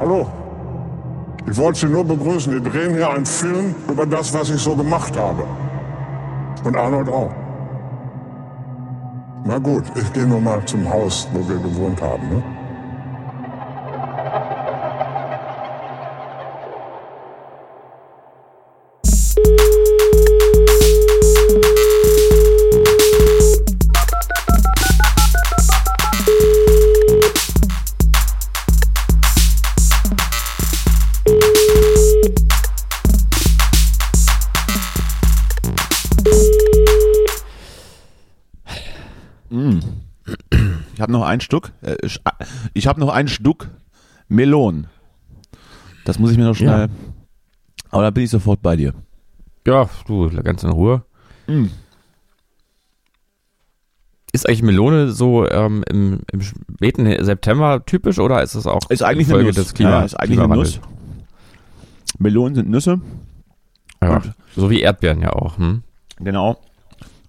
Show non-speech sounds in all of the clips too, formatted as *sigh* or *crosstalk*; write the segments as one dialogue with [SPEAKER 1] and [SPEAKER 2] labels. [SPEAKER 1] Hallo. Ich wollte Sie nur begrüßen. Wir drehen hier einen Film über das, was ich so gemacht habe. Und Arnold auch. Na gut, ich gehe nur mal zum Haus, wo wir gewohnt haben. Ne?
[SPEAKER 2] Ich habe noch ein Stück. Äh, ich ich habe noch ein Stück Melon. Das muss ich mir noch schnell. Aber da bin ich sofort bei dir.
[SPEAKER 3] Ja, du, ganz in Ruhe.
[SPEAKER 2] Mm.
[SPEAKER 3] Ist eigentlich Melone so ähm, im, im späten September typisch oder ist das auch
[SPEAKER 2] Ist eigentlich eine
[SPEAKER 3] Folge
[SPEAKER 2] Nuss.
[SPEAKER 3] des Klima
[SPEAKER 2] ja, ist eigentlich eine
[SPEAKER 3] Klimawandels?
[SPEAKER 2] Nuss. Melonen sind Nüsse.
[SPEAKER 3] Ja.
[SPEAKER 2] Und-
[SPEAKER 3] So wie Erdbeeren ja auch. Hm?
[SPEAKER 2] Genau.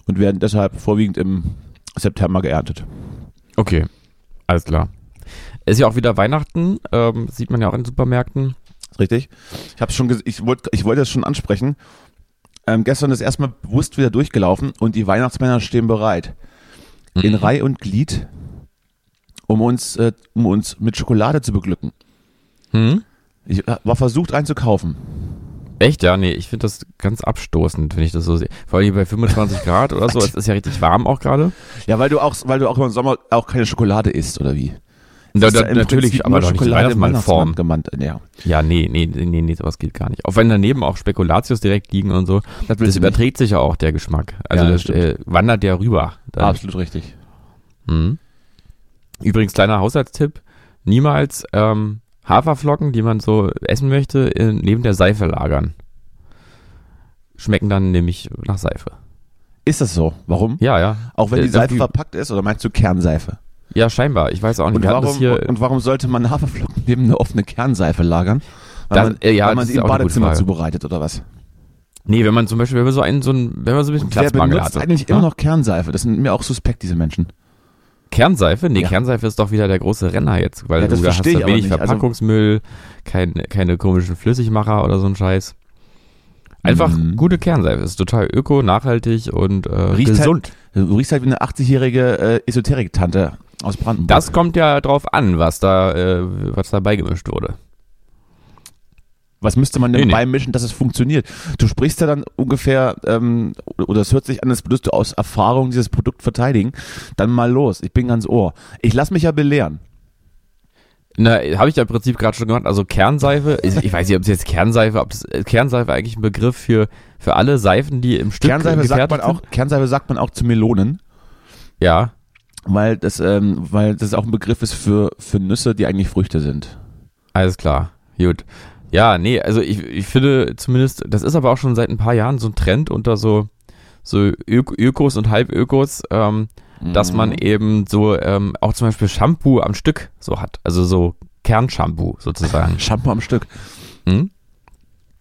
[SPEAKER 2] Und werden deshalb vorwiegend im September geerntet.
[SPEAKER 3] Okay, alles klar. Ist ja auch wieder Weihnachten, ähm, sieht man ja auch in Supermärkten.
[SPEAKER 2] Richtig. Ich hab's schon ges- ich wollte ich wollte das schon ansprechen. Ähm, gestern ist erstmal bewusst wieder durchgelaufen und die Weihnachtsmänner stehen bereit. In Reih und Glied, um uns, äh, um uns mit Schokolade zu beglücken.
[SPEAKER 3] Hm?
[SPEAKER 2] Ich äh, war versucht, einen zu kaufen.
[SPEAKER 3] Echt, ja, nee, ich finde das ganz abstoßend, wenn ich das so sehe. Vor allem
[SPEAKER 2] *laughs*
[SPEAKER 3] bei 25 Grad oder so, es ist ja richtig warm auch gerade.
[SPEAKER 2] Ja, weil du auch, weil du auch im Sommer auch keine Schokolade isst, oder wie?
[SPEAKER 3] Da,
[SPEAKER 2] Ist
[SPEAKER 3] da,
[SPEAKER 2] im Prinzip
[SPEAKER 3] natürlich, aber
[SPEAKER 2] nur
[SPEAKER 3] doch nicht in
[SPEAKER 2] Schokolade im
[SPEAKER 3] Weihnachtsmannform.
[SPEAKER 2] Weihnachtsmann gemeint. Ja,
[SPEAKER 3] Ja, nee, nee, nee, nee, sowas geht gar nicht. Auch wenn daneben auch Spekulatius direkt liegen und so,
[SPEAKER 2] das
[SPEAKER 3] das
[SPEAKER 2] willst du nicht.
[SPEAKER 3] überträgt sich ja auch der Geschmack. Also
[SPEAKER 2] Ja, das
[SPEAKER 3] das, äh, wandert ja rüber. dann.
[SPEAKER 2] Absolut richtig.
[SPEAKER 3] Mhm. Übrigens, kleiner Haushaltstipp, niemals ähm, Haferflocken, die man so essen möchte, äh, neben der Seife lagern. Schmecken dann nämlich nach Seife.
[SPEAKER 2] Ist das so? Warum?
[SPEAKER 3] Ja, ja.
[SPEAKER 2] Auch wenn
[SPEAKER 3] Äh,
[SPEAKER 2] die Seife
[SPEAKER 3] die-
[SPEAKER 2] verpackt ist, oder meinst du Kernseife?
[SPEAKER 3] Ja, scheinbar. Ich weiß auch nicht.
[SPEAKER 2] Und
[SPEAKER 3] Wir hatten
[SPEAKER 2] warum,
[SPEAKER 3] das hier,
[SPEAKER 2] und warum sollte man Haferflocken neben eine offene Kernseife lagern? Weil
[SPEAKER 3] Das-
[SPEAKER 2] man,
[SPEAKER 3] äh, ja,
[SPEAKER 2] weil man
[SPEAKER 3] das
[SPEAKER 2] sie
[SPEAKER 3] ist
[SPEAKER 2] im
[SPEAKER 3] auch eine gute
[SPEAKER 2] Badezimmer
[SPEAKER 3] Frage.
[SPEAKER 2] zubereitet oder was?
[SPEAKER 3] nee, wenn man zum Beispiel, wenn man so einen, so ein, wenn man so ein bisschen ne?
[SPEAKER 2] Wer
[SPEAKER 3] Platzmangel
[SPEAKER 2] benutzt
[SPEAKER 3] hat.
[SPEAKER 2] eigentlich immer noch Kernseife? Das sind mir auch suspekt, diese Menschen.
[SPEAKER 3] Kernseife? Nee,
[SPEAKER 2] Ja.
[SPEAKER 3] Kernseife ist doch wieder der große Renner jetzt, weil
[SPEAKER 2] Ja, das
[SPEAKER 3] du da hast
[SPEAKER 2] verstehe ich
[SPEAKER 3] du
[SPEAKER 2] aber
[SPEAKER 3] wenig
[SPEAKER 2] nicht. Also-
[SPEAKER 3] Verpackungsmüll, kein, keine komischen Flüssigmacher oder so ein Scheiß. Einfach
[SPEAKER 2] Mhm.
[SPEAKER 3] gute Kernseife. Ist total öko, nachhaltig und äh,
[SPEAKER 2] Riecht halt-
[SPEAKER 3] gesund.
[SPEAKER 2] Du riechst halt wie eine 80-jährige äh, Esoterik-Tante aus Brandenburg.
[SPEAKER 3] Das kommt ja drauf an, was da, äh, was dabei gemischt wurde.
[SPEAKER 2] Was müsste man denn
[SPEAKER 3] Nee, nee.
[SPEAKER 2] beimischen, dass es funktioniert? Du sprichst ja dann ungefähr, ähm, oder es hört sich an, als würdest du aus Erfahrung dieses Produkt verteidigen. Dann mal los, ich bin ganz ohr. Ich lass mich ja belehren.
[SPEAKER 3] Na, habe ich ja im Prinzip gerade schon gemacht. Also Kernseife, ich, ich weiß nicht, ob es jetzt Kernseife, ob das äh, Kernseife eigentlich ein Begriff für, für alle Seifen, die im Stück
[SPEAKER 2] Kernseife sagt,
[SPEAKER 3] gefertigt
[SPEAKER 2] man auch,
[SPEAKER 3] sind?
[SPEAKER 2] Kernseife sagt man auch zu Melonen.
[SPEAKER 3] Ja,
[SPEAKER 2] Weil das, ähm, weil das auch ein Begriff ist für, für Nüsse, die eigentlich Früchte sind.
[SPEAKER 3] Alles klar, gut. Ja, nee, also ich, ich finde zumindest, das ist aber auch schon seit ein paar Jahren so ein Trend unter so, so Ök Ökos und Halbökos, ähm,
[SPEAKER 2] Mhm.
[SPEAKER 3] dass man eben so ähm, auch zum Beispiel Shampoo am Stück so hat. Also so Kernshampoo
[SPEAKER 2] *laughs*
[SPEAKER 3] sozusagen.
[SPEAKER 2] Shampoo am Stück.
[SPEAKER 3] Hm?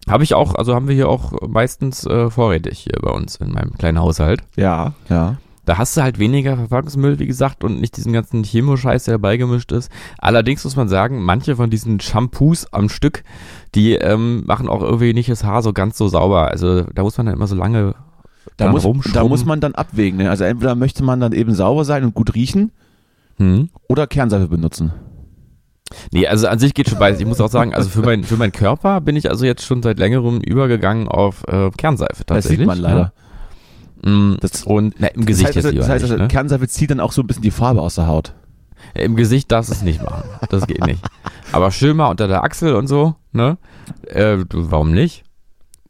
[SPEAKER 3] Habe ich auch, also haben wir hier auch meistens äh, vorrätig hier bei uns in meinem kleinen Haushalt.
[SPEAKER 2] Ja, ja.
[SPEAKER 3] Da hast du halt weniger Verpackungsmüll, wie gesagt, und nicht diesen ganzen Chemo-Scheiß, der dabei gemischt ist. Allerdings muss man sagen, manche von diesen Shampoos am Stück, die ähm, machen auch irgendwie nicht das Haar so ganz so sauber. Also da muss man dann immer so lange
[SPEAKER 2] Da
[SPEAKER 3] Dann
[SPEAKER 2] muss, da
[SPEAKER 3] rumschrubben.
[SPEAKER 2] muss man dann abwägen. Ne? Also entweder möchte man dann eben sauber sein und gut riechen
[SPEAKER 3] hm?
[SPEAKER 2] oder Kernseife benutzen.
[SPEAKER 3] Nee, also an sich geht schon beides. Ich muss auch sagen, also für, mein, für meinen Körper bin ich also jetzt schon seit längerem übergegangen auf äh, Kernseife
[SPEAKER 2] Das
[SPEAKER 3] tatsächlich.
[SPEAKER 2] sieht man leider.
[SPEAKER 3] Ja. Mm,
[SPEAKER 2] Das,
[SPEAKER 3] Und na, im
[SPEAKER 2] das
[SPEAKER 3] Gesicht
[SPEAKER 2] heißt, also,
[SPEAKER 3] jetzt lieber
[SPEAKER 2] das heißt, also,
[SPEAKER 3] nicht, ne?
[SPEAKER 2] Kernseife zieht dann auch so ein bisschen die Farbe aus der Haut.
[SPEAKER 3] Im Gesicht darfst du es nicht machen. Das geht nicht. Aber schön mal unter der Achsel und so, ne? Äh, du, warum nicht?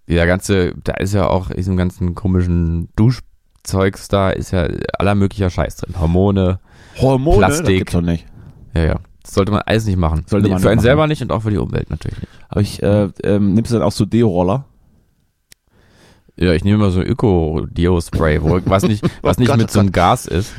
[SPEAKER 3] Der ganze, da ist ja auch in diesem ganzen komischen Duschzeugs da, ist ja aller möglicher Scheiß drin. Hormone,
[SPEAKER 2] Hormone, ne? das
[SPEAKER 3] Plastik.
[SPEAKER 2] gibt's doch nicht.
[SPEAKER 3] ja, ja. Das sollte man alles nicht machen.
[SPEAKER 2] Sollte man
[SPEAKER 3] für
[SPEAKER 2] nicht
[SPEAKER 3] einen
[SPEAKER 2] machen.
[SPEAKER 3] selber nicht und auch für die Umwelt natürlich nicht.
[SPEAKER 2] Aber ich, äh, ähm, nimmst du dann auch so Deo-Roller?
[SPEAKER 3] Ja, ich nehme immer so ein Öko-Deo-Spray, wo- was *laughs* nicht, was
[SPEAKER 2] Oh
[SPEAKER 3] nicht
[SPEAKER 2] Gott,
[SPEAKER 3] mit
[SPEAKER 2] oh
[SPEAKER 3] so einem Gas ist.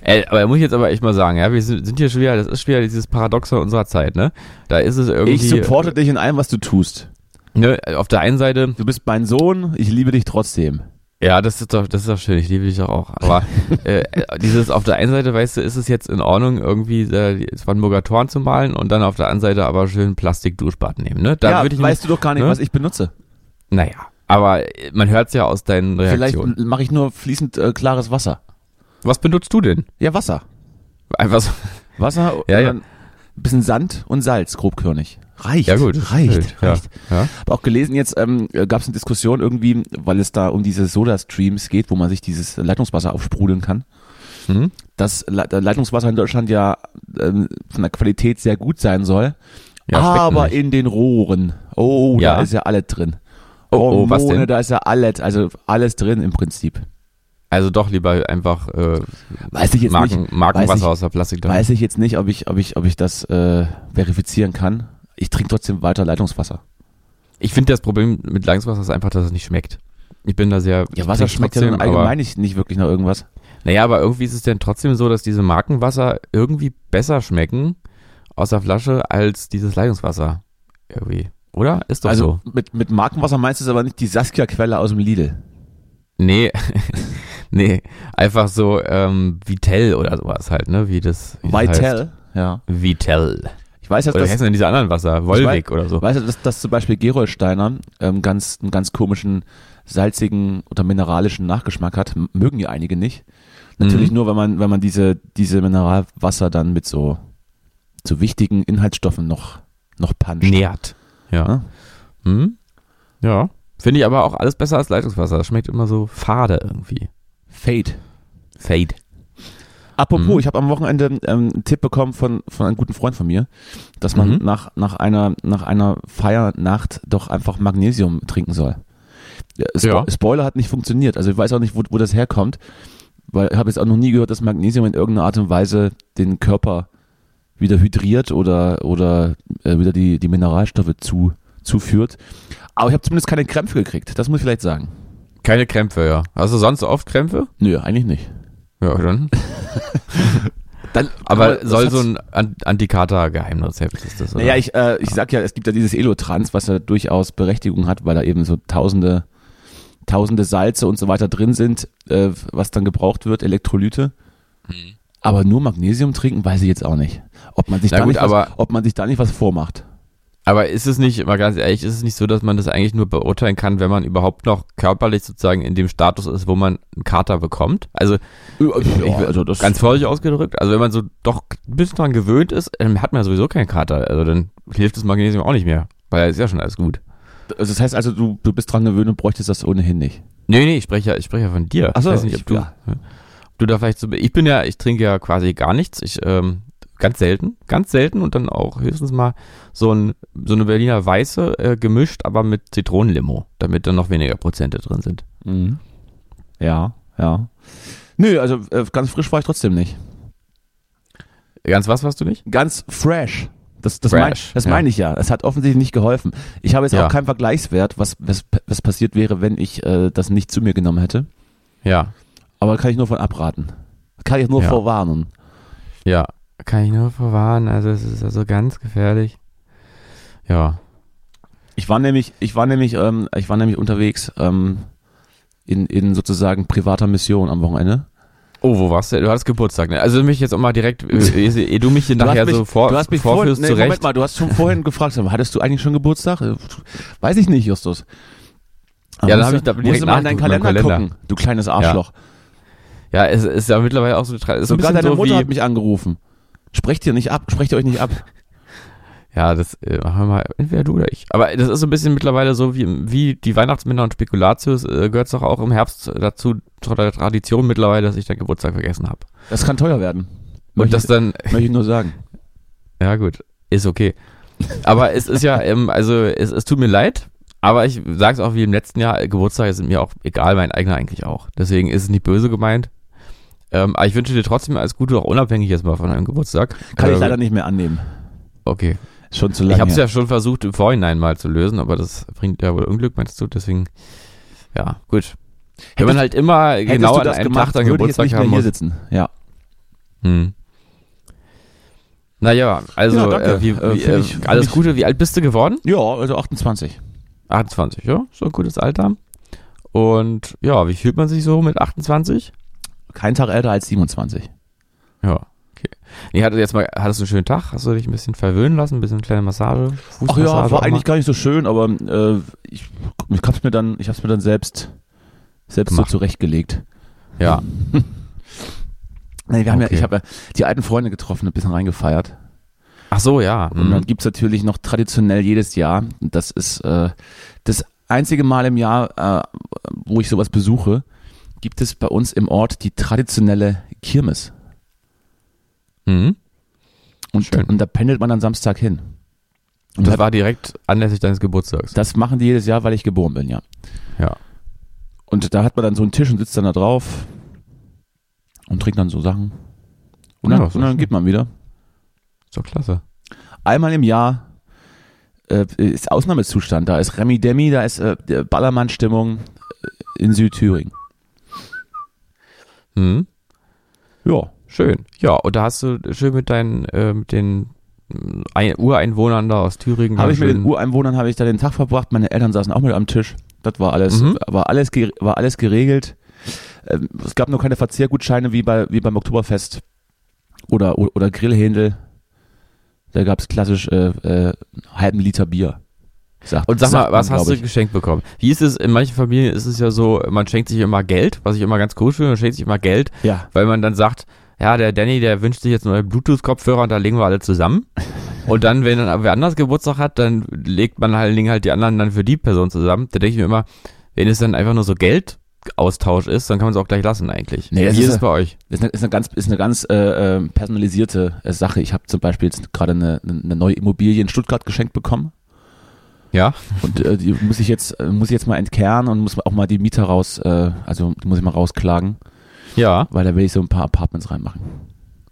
[SPEAKER 3] Ey, aber muss ich jetzt aber echt mal sagen, ja, wir sind sind hier schon wieder, das ist schon wieder dieses Paradoxe unserer Zeit, ne? Da ist es irgendwie.
[SPEAKER 2] Ich supporte dich in allem, was du tust.
[SPEAKER 3] ne, auf der einen Seite
[SPEAKER 2] Du bist mein Sohn, ich liebe dich trotzdem.
[SPEAKER 3] Ja, das ist doch, das ist doch schön. Ich liebe dich doch auch.
[SPEAKER 2] *laughs*
[SPEAKER 3] Aber äh, dieses auf der einen Seite, weißt du, ist es jetzt in Ordnung, irgendwie äh, das Brandenburger Torn zu malen und dann auf der anderen Seite aber schön Plastikduschbad nehmen, ne? Da
[SPEAKER 2] ja,
[SPEAKER 3] würde ich
[SPEAKER 2] weißt du doch gar nicht,
[SPEAKER 3] ne?
[SPEAKER 2] was ich benutze.
[SPEAKER 3] nämlich- Naja, aber äh, man hört es ja aus deinen Reaktionen.
[SPEAKER 2] Vielleicht mache ich nur fließend äh, klares Wasser.
[SPEAKER 3] Was benutzt du denn?
[SPEAKER 2] Ja, Wasser.
[SPEAKER 3] Einfach so.
[SPEAKER 2] Wasser, und
[SPEAKER 3] Ja, ja.
[SPEAKER 2] dann ein bisschen Sand und Salz, grobkörnig. Reicht.
[SPEAKER 3] Ja, gut. das
[SPEAKER 2] Reicht.
[SPEAKER 3] stimmt.
[SPEAKER 2] reicht.
[SPEAKER 3] Ja. ja.
[SPEAKER 2] Hab auch gelesen, jetzt ähm, gab es eine Diskussion irgendwie, weil es da um diese Soda-Streams geht, wo man sich dieses Leitungswasser aufsprudeln kann.
[SPEAKER 3] Mhm.
[SPEAKER 2] Dass Le äh, Leitungswasser in Deutschland ja ähm, von der Qualität sehr gut sein soll,
[SPEAKER 3] Ja, schmeckt
[SPEAKER 2] aber
[SPEAKER 3] nicht.
[SPEAKER 2] in den Rohren. Oh, da
[SPEAKER 3] Ja.
[SPEAKER 2] ist ja alles drin.
[SPEAKER 3] Oh, oh, was denn?
[SPEAKER 2] Da ist ja alles, also alles drin im Prinzip.
[SPEAKER 3] Also doch lieber einfach äh,
[SPEAKER 2] Weiß ich jetzt
[SPEAKER 3] Marken,
[SPEAKER 2] nicht.
[SPEAKER 3] Markenwasser
[SPEAKER 2] Weiß ich-
[SPEAKER 3] aus der Plastikdose.
[SPEAKER 2] Weiß ich jetzt nicht, ob ich, ob ich, ob ich das äh, verifizieren kann. Ich trinke trotzdem weiter Leitungswasser.
[SPEAKER 3] Ich finde das Problem mit Leitungswasser ist einfach, dass es nicht schmeckt. Ich bin da sehr. ich
[SPEAKER 2] Ja, Wasser
[SPEAKER 3] trink's
[SPEAKER 2] schmeckt ja
[SPEAKER 3] trotzdem,
[SPEAKER 2] nun allgemein nicht, nicht wirklich nach irgendwas.
[SPEAKER 3] Aber, naja, aber irgendwie ist es denn trotzdem so, dass diese Markenwasser irgendwie besser schmecken aus der Flasche als dieses Leitungswasser. Irgendwie. Oder? Ist doch so.
[SPEAKER 2] Also mit, mit Markenwasser meinst du es aber nicht die Saskia-Quelle aus dem Lidl.
[SPEAKER 3] Nee. *laughs* nee. Einfach so ähm, Vitell oder sowas halt, ne? Wie das. Wie das heißt.
[SPEAKER 2] Vitel. Ja.
[SPEAKER 3] Vitell.
[SPEAKER 2] Ich weiß, dass,
[SPEAKER 3] Oder wie
[SPEAKER 2] das,
[SPEAKER 3] heißen denn diese anderen Wasser? Wolwig
[SPEAKER 2] weiß-
[SPEAKER 3] oder so.
[SPEAKER 2] weiß, dass, dass zum Beispiel Gerolsteiner ähm, ganz, einen ganz komischen, salzigen oder mineralischen Nachgeschmack hat. M- Mögen ja einige nicht. Natürlich
[SPEAKER 3] Mhm.
[SPEAKER 2] nur, wenn man, wenn man diese, diese Mineralwasser dann mit so, so wichtigen Inhaltsstoffen noch, noch puncht.
[SPEAKER 3] Nährt. Ja.
[SPEAKER 2] Ja.
[SPEAKER 3] Hm? Ja. Finde ich aber auch alles besser als Leitungswasser. Das schmeckt immer so fade irgendwie.
[SPEAKER 2] Fade.
[SPEAKER 3] Fade.
[SPEAKER 2] Apropos,
[SPEAKER 3] Mhm.
[SPEAKER 2] ich habe am Wochenende ähm, einen Tipp bekommen von, von einem guten Freund von mir, dass man
[SPEAKER 3] Mhm.
[SPEAKER 2] nach, nach, einer, nach einer Feiernacht doch einfach Magnesium trinken soll. Ja, Spo
[SPEAKER 3] Ja.
[SPEAKER 2] Spoiler hat nicht funktioniert, also ich weiß auch nicht, wo, wo das herkommt, weil ich habe jetzt auch noch nie gehört, dass Magnesium in irgendeiner Art und Weise den Körper wieder hydriert oder, oder äh, wieder die, die Mineralstoffe zu, zuführt. Aber ich habe zumindest keine Krämpfe gekriegt, das muss ich vielleicht sagen.
[SPEAKER 3] Keine Krämpfe, ja. Hast du sonst oft Krämpfe?
[SPEAKER 2] Nö, eigentlich nicht.
[SPEAKER 3] Ja, dann.
[SPEAKER 2] *laughs* Dann,
[SPEAKER 3] Aber
[SPEAKER 2] das
[SPEAKER 3] soll
[SPEAKER 2] hat's-
[SPEAKER 3] so ein An- Antikater-Geheimrezept ist das, oder?
[SPEAKER 2] Naja, ich, äh, ich sag ja, es gibt ja dieses Elotrans, was ja durchaus Berechtigung hat, weil da eben so tausende, tausende Salze und so weiter drin sind, äh, was dann gebraucht wird, Elektrolyte.
[SPEAKER 3] Mhm.
[SPEAKER 2] Aber nur Magnesium trinken, weiß ich jetzt auch nicht. Ob man sich,
[SPEAKER 3] Na
[SPEAKER 2] da,
[SPEAKER 3] gut,
[SPEAKER 2] nicht
[SPEAKER 3] aber-
[SPEAKER 2] was, ob man sich da nicht was vormacht.
[SPEAKER 3] Aber ist es nicht, mal ganz ehrlich, ist es nicht so, dass man das eigentlich nur beurteilen kann, wenn man überhaupt noch körperlich sozusagen in dem Status ist, wo man einen Kater bekommt? Also ich-
[SPEAKER 2] also das
[SPEAKER 3] ganz vorsichtig ausgedrückt, also wenn man so doch ein bisschen dran gewöhnt ist, dann hat man ja sowieso keinen Kater. Also dann hilft das Magnesium auch nicht mehr, weil es ist ja schon alles gut.
[SPEAKER 2] also das heißt also, du, du bist dran gewöhnt und bräuchtest das ohnehin nicht.
[SPEAKER 3] Nee, nee, ich spreche ja, ich spreche ja von dir.
[SPEAKER 2] Ach so,
[SPEAKER 3] ich weiß nicht, ob
[SPEAKER 2] ich-
[SPEAKER 3] du, ne,
[SPEAKER 2] ja.
[SPEAKER 3] ob du da vielleicht so, ich bin ja, ich trinke ja quasi gar nichts. Ich, ähm, ganz selten, ganz selten und dann auch höchstens mal so ein, so eine Berliner Weiße äh, gemischt, aber mit Zitronenlimo, damit dann noch weniger Prozente drin sind.
[SPEAKER 2] Ja, ja. Nö, also äh, ganz frisch war ich trotzdem nicht.
[SPEAKER 3] Ganz was warst du nicht?
[SPEAKER 2] ganz fresh. Das, das,
[SPEAKER 3] Fresh,
[SPEAKER 2] mein, das
[SPEAKER 3] ja.
[SPEAKER 2] meine ich ja. Es hat offensichtlich nicht geholfen. Ich habe jetzt
[SPEAKER 3] Ja.
[SPEAKER 2] auch keinen Vergleichswert, was, was, was passiert wäre, wenn ich äh, das nicht zu mir genommen hätte.
[SPEAKER 3] Ja,
[SPEAKER 2] Aber kann ich nur von abraten. Kann ich nur
[SPEAKER 3] Ja.
[SPEAKER 2] vorwarnen.
[SPEAKER 3] ja. Kann ich nur verwahren, also es ist also ganz gefährlich. Ja.
[SPEAKER 2] Ich war nämlich, ich war nämlich, ähm, ich war nämlich unterwegs ähm, in, in sozusagen privater Mission am Wochenende.
[SPEAKER 3] Oh, wo warst du? Du hattest Geburtstag, ne? Also mich jetzt auch mal direkt,
[SPEAKER 2] *laughs*
[SPEAKER 3] äh, eh eh du mich hier
[SPEAKER 2] Du hast
[SPEAKER 3] nachher
[SPEAKER 2] mich-
[SPEAKER 3] so vor,
[SPEAKER 2] du hast mich vorhin,
[SPEAKER 3] vorführst
[SPEAKER 2] nee,
[SPEAKER 3] zurecht.
[SPEAKER 2] Moment mal, du hast schon
[SPEAKER 3] *laughs*
[SPEAKER 2] vorhin gefragt, sag mal, hattest du eigentlich schon Geburtstag? Äh, Weiß ich nicht, Justus.
[SPEAKER 3] Ja, dann
[SPEAKER 2] musst
[SPEAKER 3] hab
[SPEAKER 2] du-
[SPEAKER 3] ich da direkt
[SPEAKER 2] musst du mal in deinen
[SPEAKER 3] nachgeguckt, meinen
[SPEAKER 2] Kalender,
[SPEAKER 3] Kalender.
[SPEAKER 2] gucken, du kleines Arschloch.
[SPEAKER 3] Ja, es ist ja mittlerweile auch so, eine Tra- ist ein
[SPEAKER 2] Sogar
[SPEAKER 3] bisschen
[SPEAKER 2] deine
[SPEAKER 3] so
[SPEAKER 2] Mutter
[SPEAKER 3] wie,
[SPEAKER 2] hat mich angerufen. Sprecht ihr nicht ab, sprecht ihr euch nicht ab.
[SPEAKER 3] Ja, das äh, machen wir mal, entweder du oder ich. Aber das ist so ein bisschen mittlerweile so wie, wie die Weihnachtsmänner und Spekulatius, äh, gehört es doch auch im Herbst dazu, zu der Tradition mittlerweile, dass ich deinen Geburtstag vergessen habe.
[SPEAKER 2] Das kann teuer werden.
[SPEAKER 3] Und das dann,
[SPEAKER 2] möchte ich nur sagen.
[SPEAKER 3] ja gut, ist okay. Aber es ist ja, ähm, also es, es tut mir leid, aber ich sag's auch wie im letzten Jahr, äh, Geburtstage sind mir auch egal, mein eigener eigentlich auch. Deswegen ist es nicht böse gemeint. Ähm, aber ich wünsche dir trotzdem alles Gute, auch unabhängig jetzt mal von deinem Geburtstag.
[SPEAKER 2] Kann ich
[SPEAKER 3] Ähm,
[SPEAKER 2] leider nicht mehr annehmen.
[SPEAKER 3] Okay.
[SPEAKER 2] Äh, Ist Schon zu lange.
[SPEAKER 3] Ich habe es
[SPEAKER 2] her.
[SPEAKER 3] ja schon versucht, im Vorhinein mal zu lösen, aber das bringt ja wohl Unglück, meinst du? Deswegen, ja, gut. Wenn man halt immer
[SPEAKER 2] Hättest
[SPEAKER 3] genau
[SPEAKER 2] du
[SPEAKER 3] an
[SPEAKER 2] das
[SPEAKER 3] einem
[SPEAKER 2] gemacht,
[SPEAKER 3] Tag dann
[SPEAKER 2] würde ich jetzt
[SPEAKER 3] Geburtstag
[SPEAKER 2] nicht mehr
[SPEAKER 3] haben
[SPEAKER 2] hier
[SPEAKER 3] muss.
[SPEAKER 2] sitzen. Ja.
[SPEAKER 3] Hm. Naja, also
[SPEAKER 2] Ja, danke.
[SPEAKER 3] äh, wie,
[SPEAKER 2] Äh,
[SPEAKER 3] wie,
[SPEAKER 2] find
[SPEAKER 3] äh,
[SPEAKER 2] ich- find
[SPEAKER 3] alles
[SPEAKER 2] ich-
[SPEAKER 3] Gute. Wie alt bist du geworden?
[SPEAKER 2] Ja, also 28.
[SPEAKER 3] 28, ja, so ein gutes Alter. Und ja, wie fühlt man sich so mit 28?
[SPEAKER 2] Kein Tag älter als 27.
[SPEAKER 3] Ja. Okay. Nee, hattest du jetzt mal, hattest du einen schönen Tag? Hast du dich ein bisschen verwöhnen lassen? Ein bisschen kleine Massage?
[SPEAKER 2] Ach ja,
[SPEAKER 3] Fußmassage
[SPEAKER 2] war
[SPEAKER 3] auch mal?
[SPEAKER 2] eigentlich gar nicht so schön, aber äh, ich, ich hab's mir dann, ich hab's mir dann selbst, selbst so
[SPEAKER 3] Gemacht.
[SPEAKER 2] zurechtgelegt.
[SPEAKER 3] Ja.
[SPEAKER 2] Nee, wir haben ja,
[SPEAKER 3] Okay.
[SPEAKER 2] ich habe ja die alten Freunde getroffen, ein bisschen reingefeiert.
[SPEAKER 3] Ach so, ja.
[SPEAKER 2] Und dann
[SPEAKER 3] Mhm.
[SPEAKER 2] gibt's natürlich noch traditionell jedes Jahr, und das ist äh, das einzige Mal im Jahr, äh, wo ich sowas besuche, gibt es bei uns im Ort die traditionelle Kirmes.
[SPEAKER 3] Mhm.
[SPEAKER 2] Und,
[SPEAKER 3] Schön.
[SPEAKER 2] und da pendelt man dann Samstag hin. Und
[SPEAKER 3] Das
[SPEAKER 2] das,
[SPEAKER 3] war direkt anlässlich deines Geburtstags.
[SPEAKER 2] das machen die jedes Jahr, weil ich geboren bin, ja.
[SPEAKER 3] Ja.
[SPEAKER 2] Und da hat man dann so einen Tisch und sitzt dann da drauf und trinkt dann so Sachen. Und
[SPEAKER 3] Ja,
[SPEAKER 2] dann,
[SPEAKER 3] ist doch
[SPEAKER 2] und dann
[SPEAKER 3] schön.
[SPEAKER 2] geht man wieder.
[SPEAKER 3] So klasse.
[SPEAKER 2] einmal im Jahr äh, ist Ausnahmezustand. Da ist Remi Demi, da ist äh, der Ballermann-Stimmung äh, in Südthüringen.
[SPEAKER 3] Mhm.
[SPEAKER 2] Ja.
[SPEAKER 3] Schön. Ja, und da hast du schön mit deinen, äh, mit den mh, Ei- Ureinwohnern da aus Thüringen.
[SPEAKER 2] Habe
[SPEAKER 3] dann
[SPEAKER 2] ich mit
[SPEAKER 3] schön-
[SPEAKER 2] den Ureinwohnern habe ich da den Tag verbracht. Meine Eltern saßen auch mit am Tisch. Das war alles,
[SPEAKER 3] Mhm.
[SPEAKER 2] war alles, ge- war alles geregelt. Ähm, es gab nur keine Verzehrgutscheine wie bei wie beim Oktoberfest oder oder Grillhändel. Da gab es klassisch äh, äh, einen halben Liter Bier. Sagt,
[SPEAKER 3] Und sag mal,
[SPEAKER 2] sagt man,
[SPEAKER 3] was hast
[SPEAKER 2] glaub
[SPEAKER 3] du
[SPEAKER 2] ich.
[SPEAKER 3] geschenkt bekommen? Wie ist es, in manchen Familien ist es ja so, man schenkt sich immer Geld, was ich immer ganz cool finde, man schenkt sich immer Geld,
[SPEAKER 2] Ja.
[SPEAKER 3] weil man dann sagt, ja, der Danny, der wünscht sich jetzt neue Bluetooth-Kopfhörer und da legen wir alle zusammen. Und dann, wenn dann wer anders Geburtstag hat, dann legt man halt, legen halt die anderen dann für die Person zusammen. Da denke ich mir immer, wenn es dann einfach nur so Geldaustausch ist, dann kann man es auch gleich lassen eigentlich.
[SPEAKER 2] Nee, das
[SPEAKER 3] Wie
[SPEAKER 2] ist
[SPEAKER 3] ist es
[SPEAKER 2] ja-
[SPEAKER 3] bei euch?
[SPEAKER 2] Ist eine, ist eine ganz, ist eine ganz äh, ähm, personalisierte äh, Sache. Ich habe zum Beispiel jetzt gerade eine, eine neue Immobilie in Stuttgart geschenkt bekommen
[SPEAKER 3] Ja?
[SPEAKER 2] und äh, die muss ich jetzt äh, muss ich jetzt mal entkernen und muss auch mal die Mieter raus, äh, also die muss ich mal rausklagen,
[SPEAKER 3] Ja.
[SPEAKER 2] weil da will ich so ein paar Apartments reinmachen.